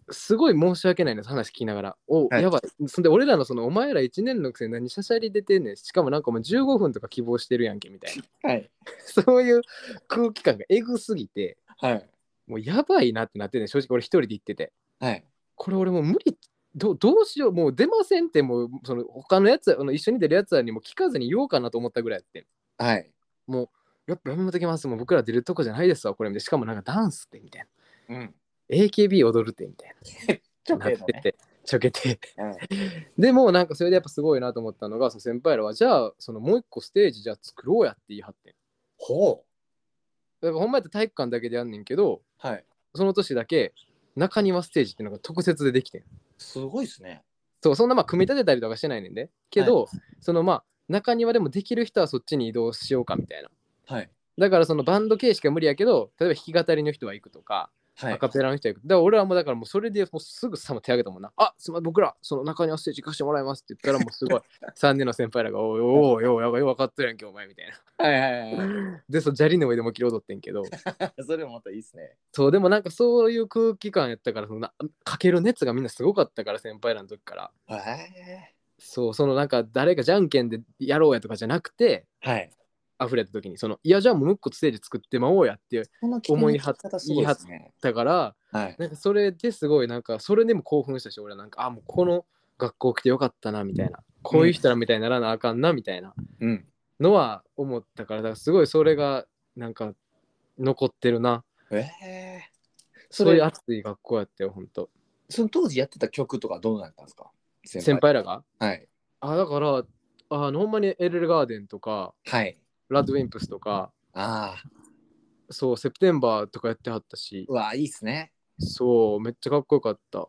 S2: すごい申し訳ないの話聞きながらお、
S1: はい
S2: やばいそんで俺らのそのお前ら1年のくせに何しゃしゃり出てんねんしかもなんかもう15分とか希望してるやんけみたいな
S1: はい。
S2: そういう空気感がえぐすぎて
S1: はい。
S2: もうやばいなってなってね正直俺一人で行ってて
S1: はい。
S2: これ俺もう無理どうどうしようもう出ませんってもうその他のやつあの一緒に出るやつらにも聞かずに言おうかなと思ったぐらいやって
S1: はい。
S2: もうやっぱやめときますもう僕ら出るとこじゃないですわこれみたいなしかもなんかダンスってみたいな
S1: うん。
S2: AKB 踊るってみたい
S1: ちょっ
S2: な
S1: と
S2: なっ
S1: ね。
S2: ててちょけて
S1: うん
S2: でもうなんかそれでやっぱすごいなと思ったのがその先輩らはじゃあそのもう一個ステージじゃあ作ろうやって言い張ってん
S1: ほ
S2: だからほんまやったら体育館だけでやんねんけど
S1: う。はい。
S2: その年だけ中庭ステージっていうのが特設でできてん
S1: すごいですね。
S2: そうそんなまあ組み立てたりとかしてないねんでけど、そのまあ中庭でもできる人はそっちに移動しようかみたいな
S1: はい。
S2: だからそのバンド形式は無理やけど例えば弾き語りの人は行くとか、
S1: はい
S2: ア。カペラの人は行くだから俺はもうだからもうそれでもうすぐさま手挙げたもんなあすま僕らその中庭ステージ行かしてもらいますって言ったらもうすごい3年の先輩らがおいおいおいおいやばいよう分かってるやんけお前みたいな
S1: はいはいはい は
S2: でそう砂利の上でもきり踊ってんけど
S1: い。それもまたいいですね。
S2: そうでもなんかそういう空気感やったからそのなかける熱がみんなすごかったから先輩らの時から
S1: え
S2: そう、そのなんか誰かじゃんけんでやろうやとかじゃなくて、
S1: ーはい。
S2: 溢れた時に、その、いや、じゃあもう一個ステージ作ってまおうやって言っ
S1: この
S2: 思い張っ
S1: すごいですね。
S2: たから、
S1: はい。
S2: なんかそれですごい、なんかそれでも興奮したし、俺はなんか、あ、もうこの学校来てよかったな、みたいな。こういう人らみたいにならなあかんな、みたいな
S1: うん。
S2: のは思ったから、だからすごいそれが、なんか、残ってるな。
S1: ええーそ
S2: そ
S1: れ
S2: ういう熱い学校やったよ、ほんと。
S1: その当時やってた曲とかどうなったんですか先
S2: 先輩らが。
S1: はい。
S2: あ、だから、あの、ほんまにエルレガーデンとか、
S1: はい。
S2: ラッドウィンプスとか、
S1: ああ。
S2: そう、セプテンバーとかやってはったし
S1: う、わ、いいっすね。
S2: そう、めっちゃかっこよかった。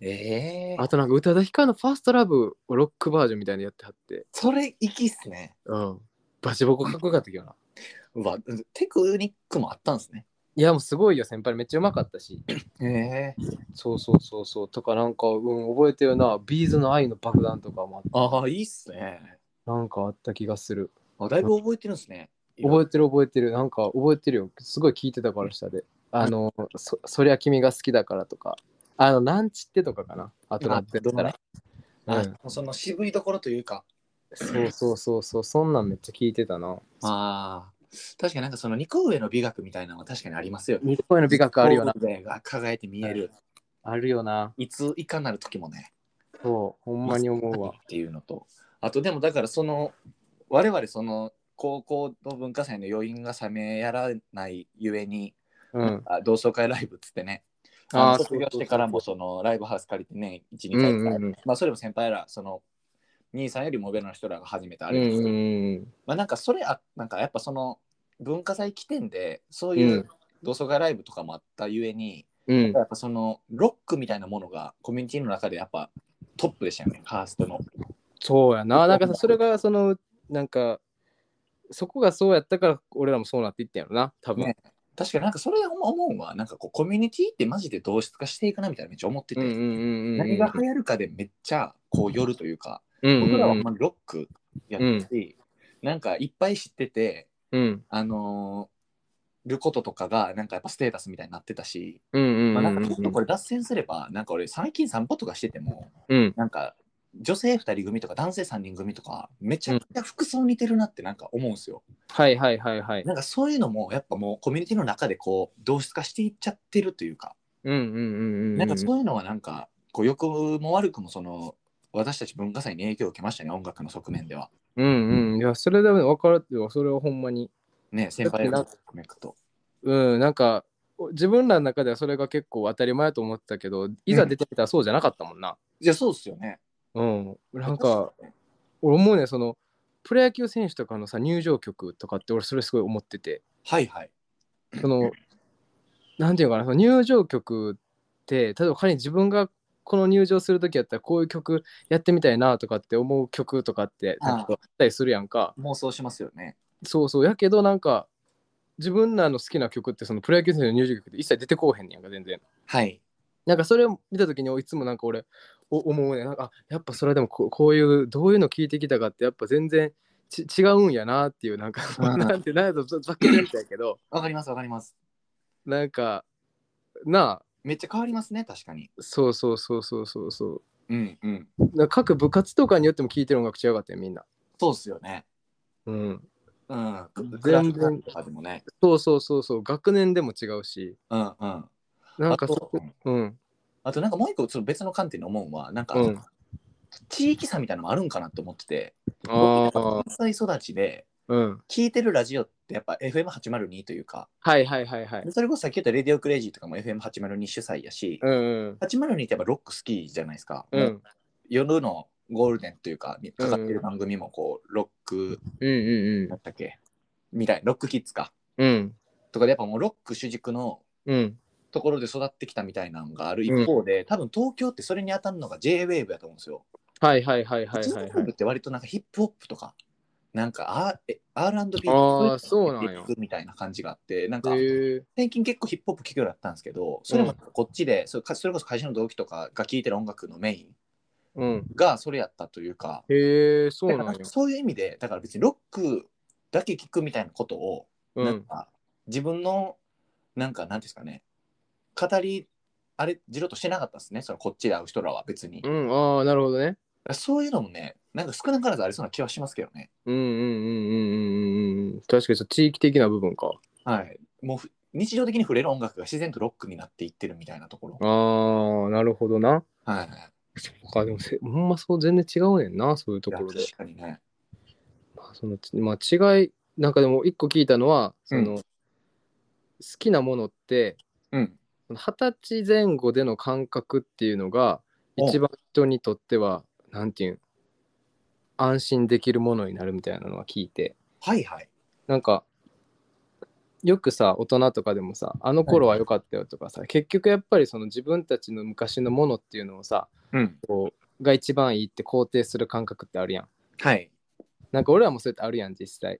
S1: ええ
S2: あとなんか宇多田ヒカルのファーストラブをロックバージョンみたいなのやってはって、
S1: それ、粋っすね。
S2: うん。バチボコかっこよかったけどな。
S1: うわ、テクニックもあったんですね。
S2: いやもうすごいよ、先輩めっちゃうまかったし。
S1: ええ
S2: そうそうそうそう。とかなんか、うん、覚えてるな。ビーズの愛の爆弾とかもあっ
S1: ああ、いいっすね。
S2: なんかあった気がする。
S1: あだいぶ覚えてるんですね。
S2: 覚えてる覚えてる。なんか覚えてるよ。すごい聞いてたから下で。あの、そそりゃ君が好きだからとか。あの、なんちってとかかな。あとなってたら。
S1: あ
S2: うん
S1: その渋いところというか。
S2: そうそうそうそう。そんなんめっちゃ聞いてたな。
S1: ああ。確かになんかその二個上の美学みたいなのは確かにありますよね。
S2: 日本への美学あるよな。
S1: 神戸が輝いて見える。
S2: あるよな。
S1: いついかなる時もね。
S2: そう、ほんまに思うわ
S1: っ。ていうのと。あとでもだからその我々その高校の文化祭の余韻が冷めやらないゆえに、
S2: うん。
S1: あ同窓会ライブっつってね。
S2: あー
S1: あの卒業してからもそのライブハウス借りてね12回、
S2: うんうん
S1: まあそれも先輩らその兄さんよりも上の人らが始めたあ
S2: うん
S1: れ
S2: う
S1: ですけど
S2: んうん。
S1: まあなんかそれあなんかやっぱその文化祭起点でそういううん同窓会ライブとかもあったゆえに、
S2: うん。
S1: やっぱそのロックみたいなものがコミュニティの中でやっぱトップでしたよねカーストの。
S2: そうやな。なんかさ、それが、その、なんか、そこがそうやったから、俺らもそうなっていったんやろな、多分。
S1: ね確かになんかそれ思うのはなんかこうコミュニティってマジで同質化していくなみたいなめっちゃ思ってて、
S2: うんうんうんうん。
S1: 何が流行るかでめっちゃこう寄るというか、
S2: うんうんうん
S1: 僕らはまあロックやったし、なんかいっぱい知ってて
S2: うん
S1: あのーることとかがなんかやっぱステータスみたいになってたし、
S2: うんうん
S1: ま
S2: う
S1: あ、
S2: ん
S1: な
S2: う
S1: か
S2: ん
S1: ちょっと
S2: ん
S1: これ脱線すれば、なんか俺最近散歩とかしてても
S2: うん。
S1: なんか女性2人組とか男性3人組とかめちゃくちゃ服装似てるなってなんか思うんですよ、
S2: はいはいはいはい。
S1: なんかそういうのもやっぱもうコミュニティの中でこう同質化していっちゃってるというか、
S2: うんうんうんうん。
S1: なんかそういうのはなんかこう良くも悪くもその私たち文化祭に影響を受けましたね音楽の側面では
S2: うんうん。いや、それでも分かるよ。それはほんまに。
S1: ね先輩の側面と
S2: うん、なんか、自分らの中ではそれが結構当たり前やと思ってたけど、いざ出てみたらそうじゃなかったもんな。
S1: いやそうっすよね
S2: うん。なんか、俺思うねそのプロ野球選手とかのさ入場曲とかって俺それすごい思ってて
S1: はいはい
S2: そのなんていうのかなその入場曲って例えば仮に自分がこの入場する時やったらこういう曲やってみたいなとかって思う曲とかって
S1: ああ
S2: なんかこうあったりするやんか
S1: 妄想しますよね
S2: そうそうやけどなんか自分らの好きな曲ってそのプロ野球選手の入場曲って一切出てこうへんねやんか全然
S1: はい
S2: なんかそれを見た時にいつもなんか俺お思うねなんかあやっぱそれでもここういうどういうの聞いてきたかってやっぱ全然ち違うんやなっていうなん か
S1: うん
S2: なんてなんやとざっくりみたいやけど
S1: わかりますわかります。
S2: なんかなあ
S1: めっちゃ変わりますね確かに。
S2: そうそうそうそうそうそう
S1: うんうん。
S2: なんか各部活とかによっても聴いてる音楽違うかったよみんな
S1: そうっすよね。
S2: うん
S1: うん。
S2: 全然
S1: クラス会とかでもね。
S2: そうそうそうそう学年でも違うし
S1: うんうん。
S2: なんか
S1: あと
S2: そこうん
S1: あとなんかもう一個その別の観点に思うのはなんか、
S2: うん
S1: 地域差みたいなのもあるんかなと思ってて
S2: ああ
S1: 関西育ちで
S2: うん
S1: 聞いてるラジオってやっぱ FM802 というか
S2: はいはいはいはい
S1: でそれこそさっき言った「レディオクレイジー」とかも FM802 主催やし、
S2: うんうん
S1: 802ってやっぱロック好きじゃないですか、
S2: うんうん
S1: 夜のゴールデンというかにかかってる番組もこうロック
S2: うん
S1: なんだっけみたいなロックキッズか
S2: うんうん
S1: とかでやっぱもうロック主軸の
S2: うん
S1: ところで育ってきたみたいなのがある一方で、多分東京ってそれに当たるのが JWAVE やと思うんですよ。
S2: はいはいはいはい
S1: ジ
S2: は
S1: ャ
S2: い
S1: ズクラブって割となんかヒップホップとか、なんか R- え R&B
S2: あー
S1: の
S2: そうなんや
S1: みたいな感じがあって、なんか
S2: はいへえ
S1: 最近結構ヒップホップ聞くようになったんですけど、それもこっちで、それかそれこそ会社の同期とかが聴いてる音楽のメイン
S2: うん
S1: がそれやったというか、
S2: へえそ
S1: だ
S2: う
S1: からな
S2: な
S1: ん
S2: ん
S1: か
S2: や
S1: そういう意味で、だから別にロックだけ聞くみたいなことを、
S2: う
S1: なん
S2: ん
S1: か自分の、なんかなんていうんですかね、語り、あれ、じろっとしてなかったですね、そのこっちで会う人らは別に。だ
S2: う
S1: か
S2: んああなるほどね
S1: らそういうのもね、なんか少なからずありそうな気はしますけどね。
S2: うんうんうんうんうんうんうん確かにそう地域的な部分か
S1: はい、もうふ日常的に触れる音楽が自然とロックになっていってるみたいなところ。
S2: ああなるほどな
S1: はい、
S2: そっかでもせほんまそう全然違うねんなそういうと
S1: い
S2: こ
S1: や
S2: ろで
S1: 確かにね。
S2: まあそのちまあ、違いなんかでも一個聞いたのはその、
S1: う
S2: 好きなものって
S1: うん。
S2: 二十歳前後での感覚っていうのが
S1: お
S2: 一番人にとってはなんていうん安心できるものになるみたいなのは聞いて
S1: はいはい。
S2: なんかよくさ大人とかでもさあの頃は良かったよとかさ、結局やっぱりその自分たちの昔のものっていうのをさ
S1: うん。
S2: こうが一番いいって肯定する感覚ってあるやん
S1: はい。
S2: なんか俺らもそうやってあるやん実際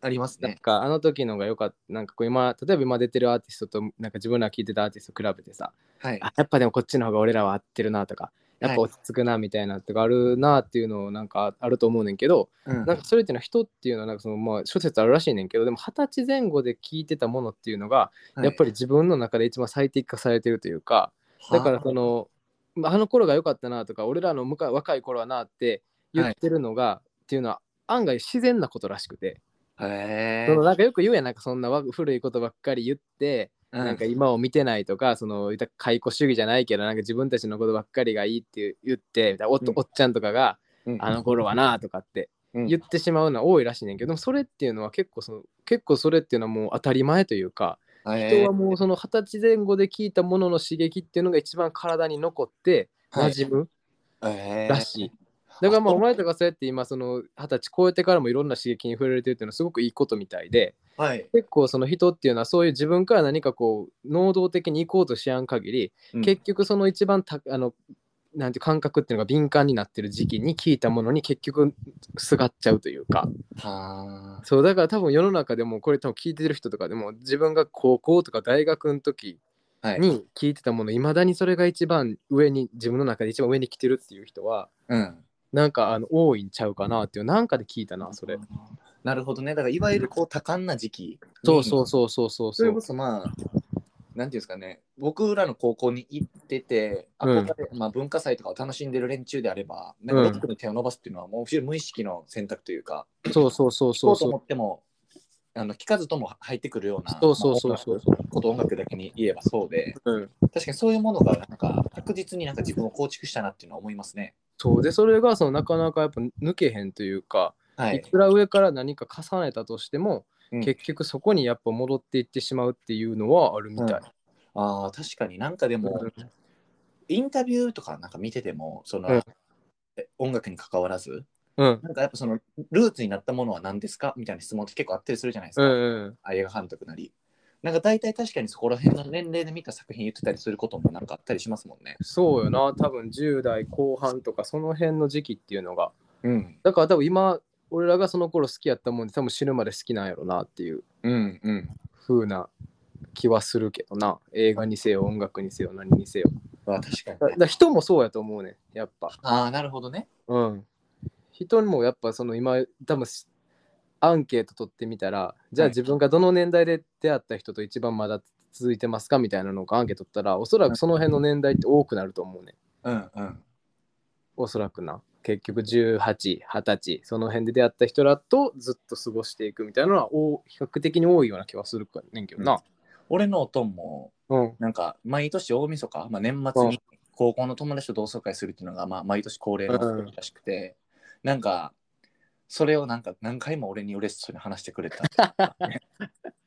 S1: あります
S2: なん
S1: ね。
S2: かあの時のが良かったなんかこう今例えば今出てるアーティストとなんか自分ら聴いてたアーティスト比べてさ
S1: はい。
S2: あやっぱでもこっちの方が俺らは合ってるなとかやっぱ落ち着くなみたいなとかあるなっていうのをなんかあると思うねんけど、
S1: うん
S2: なんかそれっていうのは人っていうのはなんかそのまあ諸説あるらしいねんけどでも二十歳前後で聴いてたものっていうのがやっぱり自分の中で一番最適化されてるというか、だからそ、のまああの頃が良かったなとか俺らの昔若い頃はなって言ってるのが、っていうのは案外自然なことらしくて、
S1: はいへ
S2: そのなんかよく言うやんなんかそんなわ古いことばっかり言って、
S1: え。
S2: なんか今を見てないとかその言ったら解雇主義じゃないけどなんか自分たちのことばっかりがいいって言ってみたいなおっと
S1: うん
S2: おっちゃんとかが、
S1: うん、
S2: あの頃はなとかって
S1: うん、
S2: 言ってしまうのは多いらしいねんけどでもそれっていうのは結構その結構それっていうのはもう当たり前というか人
S1: 人
S2: はもうその二十歳前後で聞いたものの刺激っていうのが一番体に残って馴染むらしい。だからまあお前とかそうやって今その二十歳超えてからもいろんな刺激に触れてるっていうのはすごくいいことみたいで
S1: はい。
S2: 結構その人っていうのはそういう自分から何かこう能動的に行こうとしやん限り結局その一番たあのなんていう感覚っていうのが敏感になってる時期に聞いたものに結局すがっちゃうというか
S1: 構。はあ。
S2: そうだから多分世の中でもこれ多分聞いてる人とかでも自分が高校とか大学の時
S1: はい。
S2: に聞いてたものいまだにそれが一番上に自分の中で一番上に来てるっていう人は
S1: うん。
S2: なんかあの多いんちゃうかなっていうなんかで聞いたなそれ。
S1: なるほどね。だからいわゆるこう多感な時期。
S2: そうそうう。そうそうそ
S1: そ
S2: うそ
S1: れ
S2: う
S1: こ。そまあ、なんていうんですかね、僕らの高校に行ってて、憧れまあ、文化祭とかを楽しんでる連中であれば、なんか
S2: うん
S1: ロックに手を伸ばすっていうのは、もう非常に無意識の選択というか、
S2: そうそうそう
S1: 聞こ
S2: そう
S1: うと
S2: そ
S1: 思
S2: う。
S1: っても、あの聞かずとも入ってくるような、
S2: そうそうそうそう
S1: まあ音楽こと音楽だけに言えばそうで、
S2: うん、
S1: 確かにそういうものが、なんか確実になんか自分を構築したなっていうのは思いますね。
S2: そうでそれがそのなかなかやっぱ抜けへんというか、、
S1: はいい。
S2: くら上から何か重ねたとしても、
S1: うん
S2: 結局そこにやっぱ戻っていってしまうっていうのはあるみたい。
S1: ああ、確かになんかでも、
S2: うん
S1: インタビューとかなんか見てても、その、
S2: うん
S1: え音楽に関わらず、
S2: うん
S1: なんかやっぱそのルーツになったものは何ですかみたいな質問って結構あったりするじゃないです
S2: う
S1: か、
S2: んうん
S1: あ映画監督なり。なんか大体確かにそこら辺の年齢で見た作品言ってたりすることもなんかあったりしますもんね。
S2: そうよな多分10代後半とかその辺の時期っていうのが
S1: うん、
S2: だから多分今俺らがその頃好きやったもんで多分死ぬまで好きなんやろなっていう
S1: うん、うん。
S2: 風な気はするけどな映画にせよ音楽にせよ何にせよ
S1: まあ確かに
S2: だ
S1: ね
S2: だ。から人もそうやと思うねやっぱ
S1: ああ、なるほどね。
S2: うん人にもやっぱその今多分しアンケート取ってみたらじゃ
S1: は
S2: あ
S1: い
S2: 自分がどの年代で出会った人と一番まだ続いてますかみたいなのをアンケート取ったらおそらくその辺の年代って多くなると思うね
S1: うんうん。
S2: おそらくな結局1820歳その辺で出会った人らとずっと過ごしていくみたいなのはお比較的に多いような気はするかねんけどな
S1: 俺のおとんも、
S2: うん
S1: なんか、毎年大晦日、まあ、年末に高校の友達と同窓会するっていうのが、まあ、毎年恒例の
S2: うん
S1: らしくて、なんか、それをなんか何回も俺に嬉しそうに話してくれた。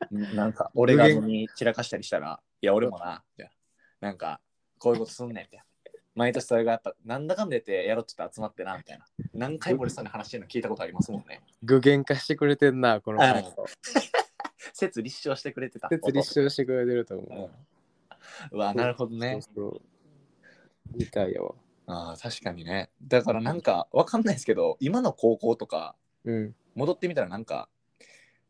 S1: なんか、俺がに散らかしたりしたら、いや、俺もな、みたいななんか、こういうことすんねん、みたいな。毎年それがやっぱ、なんだかんだ言ってやろうって言って集まってな、みたいな。何回も嬉しそうに話してるの聞いたことありますもんね。
S2: 具現化してくれてんなこの感想
S1: 説立証してくれてた。
S2: 説立証してくれてると思う
S1: うんうわ、なるほどね。
S2: そうそうみたいやわ
S1: ああ、確かにね。だからなんか、わかんないですけど、今の高校とか、
S2: うん
S1: 戻ってみたらなんか、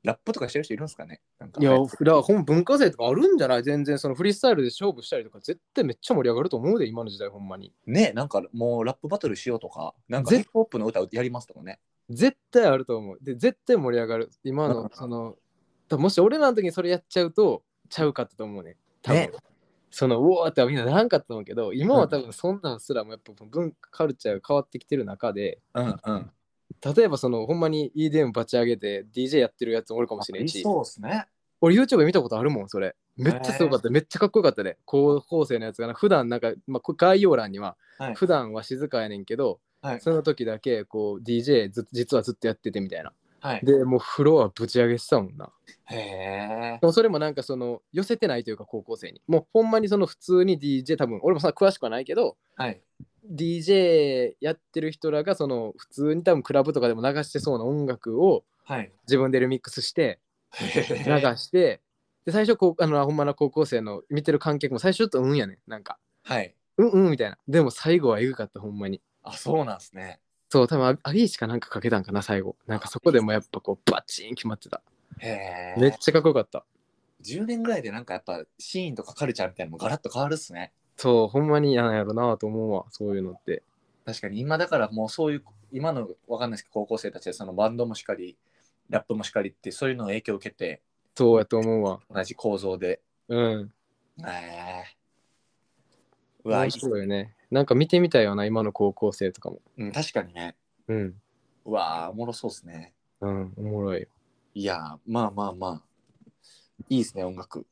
S1: ラップとかしてる人いるんですかねなんか
S2: いや、だからほん文化祭とかあるんじゃない全然そのフリースタイルで勝負したりとか絶対めっちゃ盛り上がると思うで今の時代ほんまに
S1: ねなんかもうラップバトルしようとか、なんかヒ
S2: ぜ
S1: ップホップの歌やりますとかね。
S2: 絶対あると思うで絶対盛り上がる今
S1: うん
S2: のそのだもし俺らの時にそれやっちゃうとちゃうかったと思うね多分
S1: ね
S2: そのうおーってみんなならんかったと思うけど今は多分そんなんすらもやっぱ文化カルチャーが変わってきてる中で
S1: うんうん。
S2: 例えばそのほんまに EDM バチ上げて DJ やってるやつおるかもしれん
S1: い
S2: し
S1: そうですね。
S2: 俺 YouTube で見たことあるもんそれめっちゃすごかった、めっちゃかっこよかったで高校生のやつがな普段なんか、まあ、こ概要欄には、
S1: はい
S2: 普段は静かやねんけど、
S1: はい
S2: その時だけこう DJ ず実はずっとやっててみたいな
S1: はい。
S2: でもうフロアぶち上げしたもんな
S1: へえ。
S2: でもそれもなんかその寄せてないというか高校生にもうほんまにその普通に DJ 多分俺もさ詳しくはないけど
S1: はい。
S2: DJ やってる人らがその普通に多分クラブとかでも流してそうな音楽を
S1: はい。
S2: 自分でリミックスして
S1: へー
S2: 流して、で最初こうあのほんまの高校生の見てる観客も最初ちょっとうんやねんなんか
S1: はい。
S2: うんうんみたいなでも最後はえぐかったほんまに
S1: あ、そうなんですね。
S2: そう多分アアリーシかなんかかけたんかな最後なんかそこでもやっぱこうバチーン決まってた
S1: へえ。
S2: めっちゃかっこよかった
S1: 10年ぐらいでなんかやっぱシーンとかカルチャーみたいなのもガラッと変わるっすね。
S2: そうほんまに嫌なんやろなと思うわそういうのって
S1: 確かに今だからもうそういう今のわかんないですけど高校生たちでそのバンドもしかりラップもしかりってそういうのを影響を受けて
S2: そうやと思うわ
S1: 同じ構造で。
S2: うん
S1: えー、うわいい
S2: 面
S1: っす
S2: 白いよねなんか見てみたいよな今の高校生とかも
S1: うん、確かにね。
S2: うん
S1: うわーおもろそうですね。
S2: うんおもろいよ
S1: いやーまあまあまあいいですね音楽。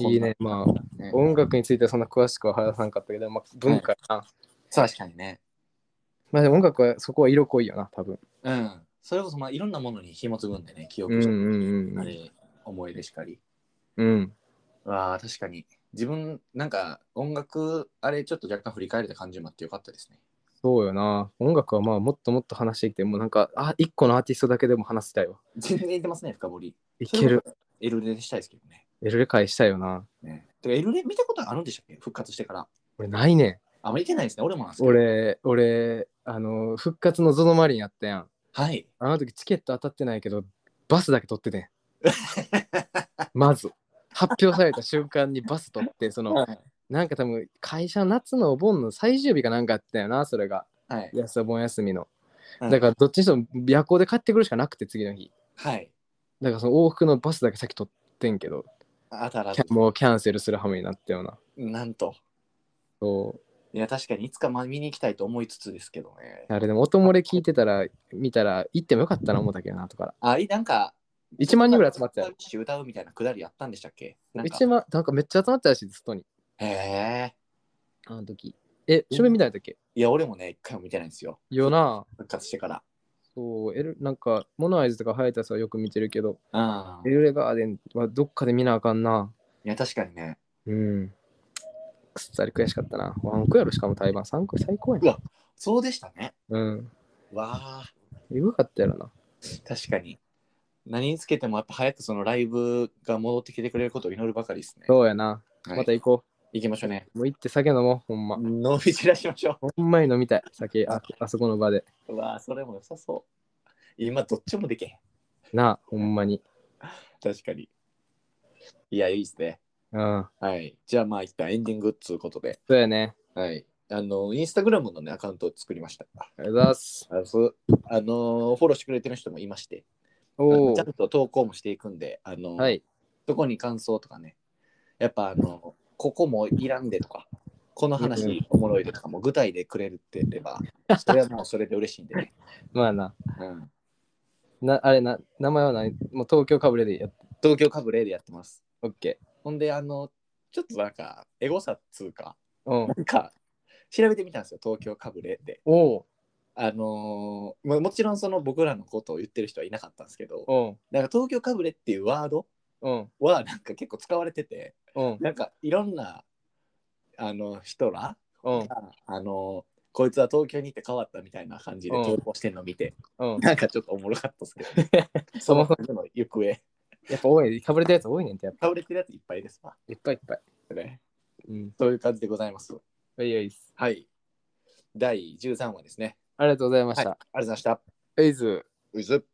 S2: いいねまあ
S1: こんな。ね
S2: 音楽についてはそんな詳しくは話さなかったけど、まあ、文化やな、
S1: 確かにね。
S2: まあでも音楽はそこは色濃いよな多分
S1: うん。それこそまあいろんなものに紐継ぐんでね記
S2: う
S1: 憶
S2: ん
S1: し
S2: うんう
S1: た
S2: ん
S1: り、思い出しかり。
S2: うん。
S1: わあ確かに自分なんか音楽あれちょっと若干振り返れた感じもあってよかったですね
S2: そうよな。音楽はまあもっともっと話していって、もうなんか、あ、一個のアーティストだけでも話したいわ。
S1: 全然いってますね深掘り
S2: いける。
S1: エルレでしたいですけどね
S2: エルレ会したいよな。
S1: ねてかエルレ見たことあるんでしたっけ復活してから
S2: 俺ないねん。
S1: あんまりいけないですね俺もなんですけど
S2: 俺、俺、あの、復活のゾノマリンやったやん。
S1: はい
S2: あの時チケット当たってないけど、バスだけ取っててん。 まず。発表された瞬間にバス取って、その、なんか多分、会社夏のお盆の最終日かなんかやったよな、それが。
S1: はい
S2: 安お盆休みの。
S1: うん
S2: だから、どっちにしても夜行で帰ってくるしかなくて、次の日。
S1: はい
S2: だからその往復のバスだけ先取ってんけど、
S1: あたら
S2: キャもうキャンセルする羽目になったような。
S1: なんと
S2: そ
S1: いや確かにいつかまあ見に行きたいと思いつつですけどね
S2: う。あれでも音漏れ聞いてたら、見たら行ってもよかったな思ったけどなとか。
S1: あいなんか
S2: 1万人ぐらい集まってた
S1: 歌
S2: よ
S1: う。歌うみたいなくだりやったんでしたっけなんか
S2: 1万、なんかめっちゃ集まってたらしい、外に。
S1: へえ
S2: あの時。え、正面見たいだっけ
S1: いや俺もね一回も見てないんですよ
S2: よな。
S1: 復活してから
S2: そう、エルなんか、モノアイズとかハヤタスはよく見てるけど、
S1: うん
S2: エルレガーデンはどっかで見なあかんな。
S1: いや確かにね
S2: うん。くっさり悔しかったな。ワンクやろ、しかも台湾3個最高や
S1: う
S2: な
S1: わ。そうでしたね
S2: うん。
S1: わあ
S2: よかったやろな。
S1: 確かに何につけてもやっぱ早くそのライブが戻ってきてくれることを祈るばかりですね、
S2: そうやな。
S1: はい
S2: また行こ
S1: 行きましょうね
S2: う。もう行って酒飲もう、ほんま。
S1: 飲み散らしましょ
S2: ほんまに飲みたい、酒、ああそこの場で。
S1: ううわあそれも良さそう今どっちもできへん
S2: なあ、ほんまに。
S1: 確かにいやいいですね
S2: うん。
S1: はいじゃあまあ一旦エンディングっつうことで
S2: そうやね。
S1: はい。あの、インスタグラムのね、アカウントを作りました。
S2: ありがとうございます。
S1: あそうあの、フォローしてくれてる人もいまして、あ
S2: お
S1: の
S2: お
S1: ちゃ。んと投稿もしていくんで、あの、
S2: はい。
S1: どこに感想とかね、やっぱあの、ここもいらんでとか、この話おもろいでとかも具体でくれるってれば、それはもうそれで嬉しいんでね。
S2: まあな。
S1: うん、
S2: なあれな、名前は何もう東京かぶれでやっ
S1: 東京かぶれでやってます。
S2: オッケ
S1: ほんで、あの、ちょっとなんか、エゴサっつうか、
S2: ー。うん。
S1: なんか、調べてみたんですよ、東京かぶれで。
S2: お
S1: あのーももちろんその僕らのことを言ってる人はいなかったんですけど、
S2: お。
S1: なんか東京かぶれっていうワード
S2: うん。うん。
S1: はなんか結構使われてて、
S2: うん。
S1: なんかいろんな、あの、人ら、
S2: うん。
S1: あのこいつは東京に行って変わったみたいな感じで
S2: うん
S1: 投稿してんの見て、
S2: うん。
S1: なんかちょっとおもろかったですけど、 その時の行方、
S2: やっぱ多い。かぶれたやつ多いねんって、やっぱ。
S1: 倒れてるやついっぱいですわ。
S2: いっぱいいっぱい。
S1: ね、
S2: うん。
S1: そういう感じでございます。
S2: いいよいいっす。
S1: はい。第13話ですね。
S2: ありがとうございま
S1: は
S2: し
S1: い、ありが。
S2: た
S1: とうございました。
S2: エイズ。
S1: うず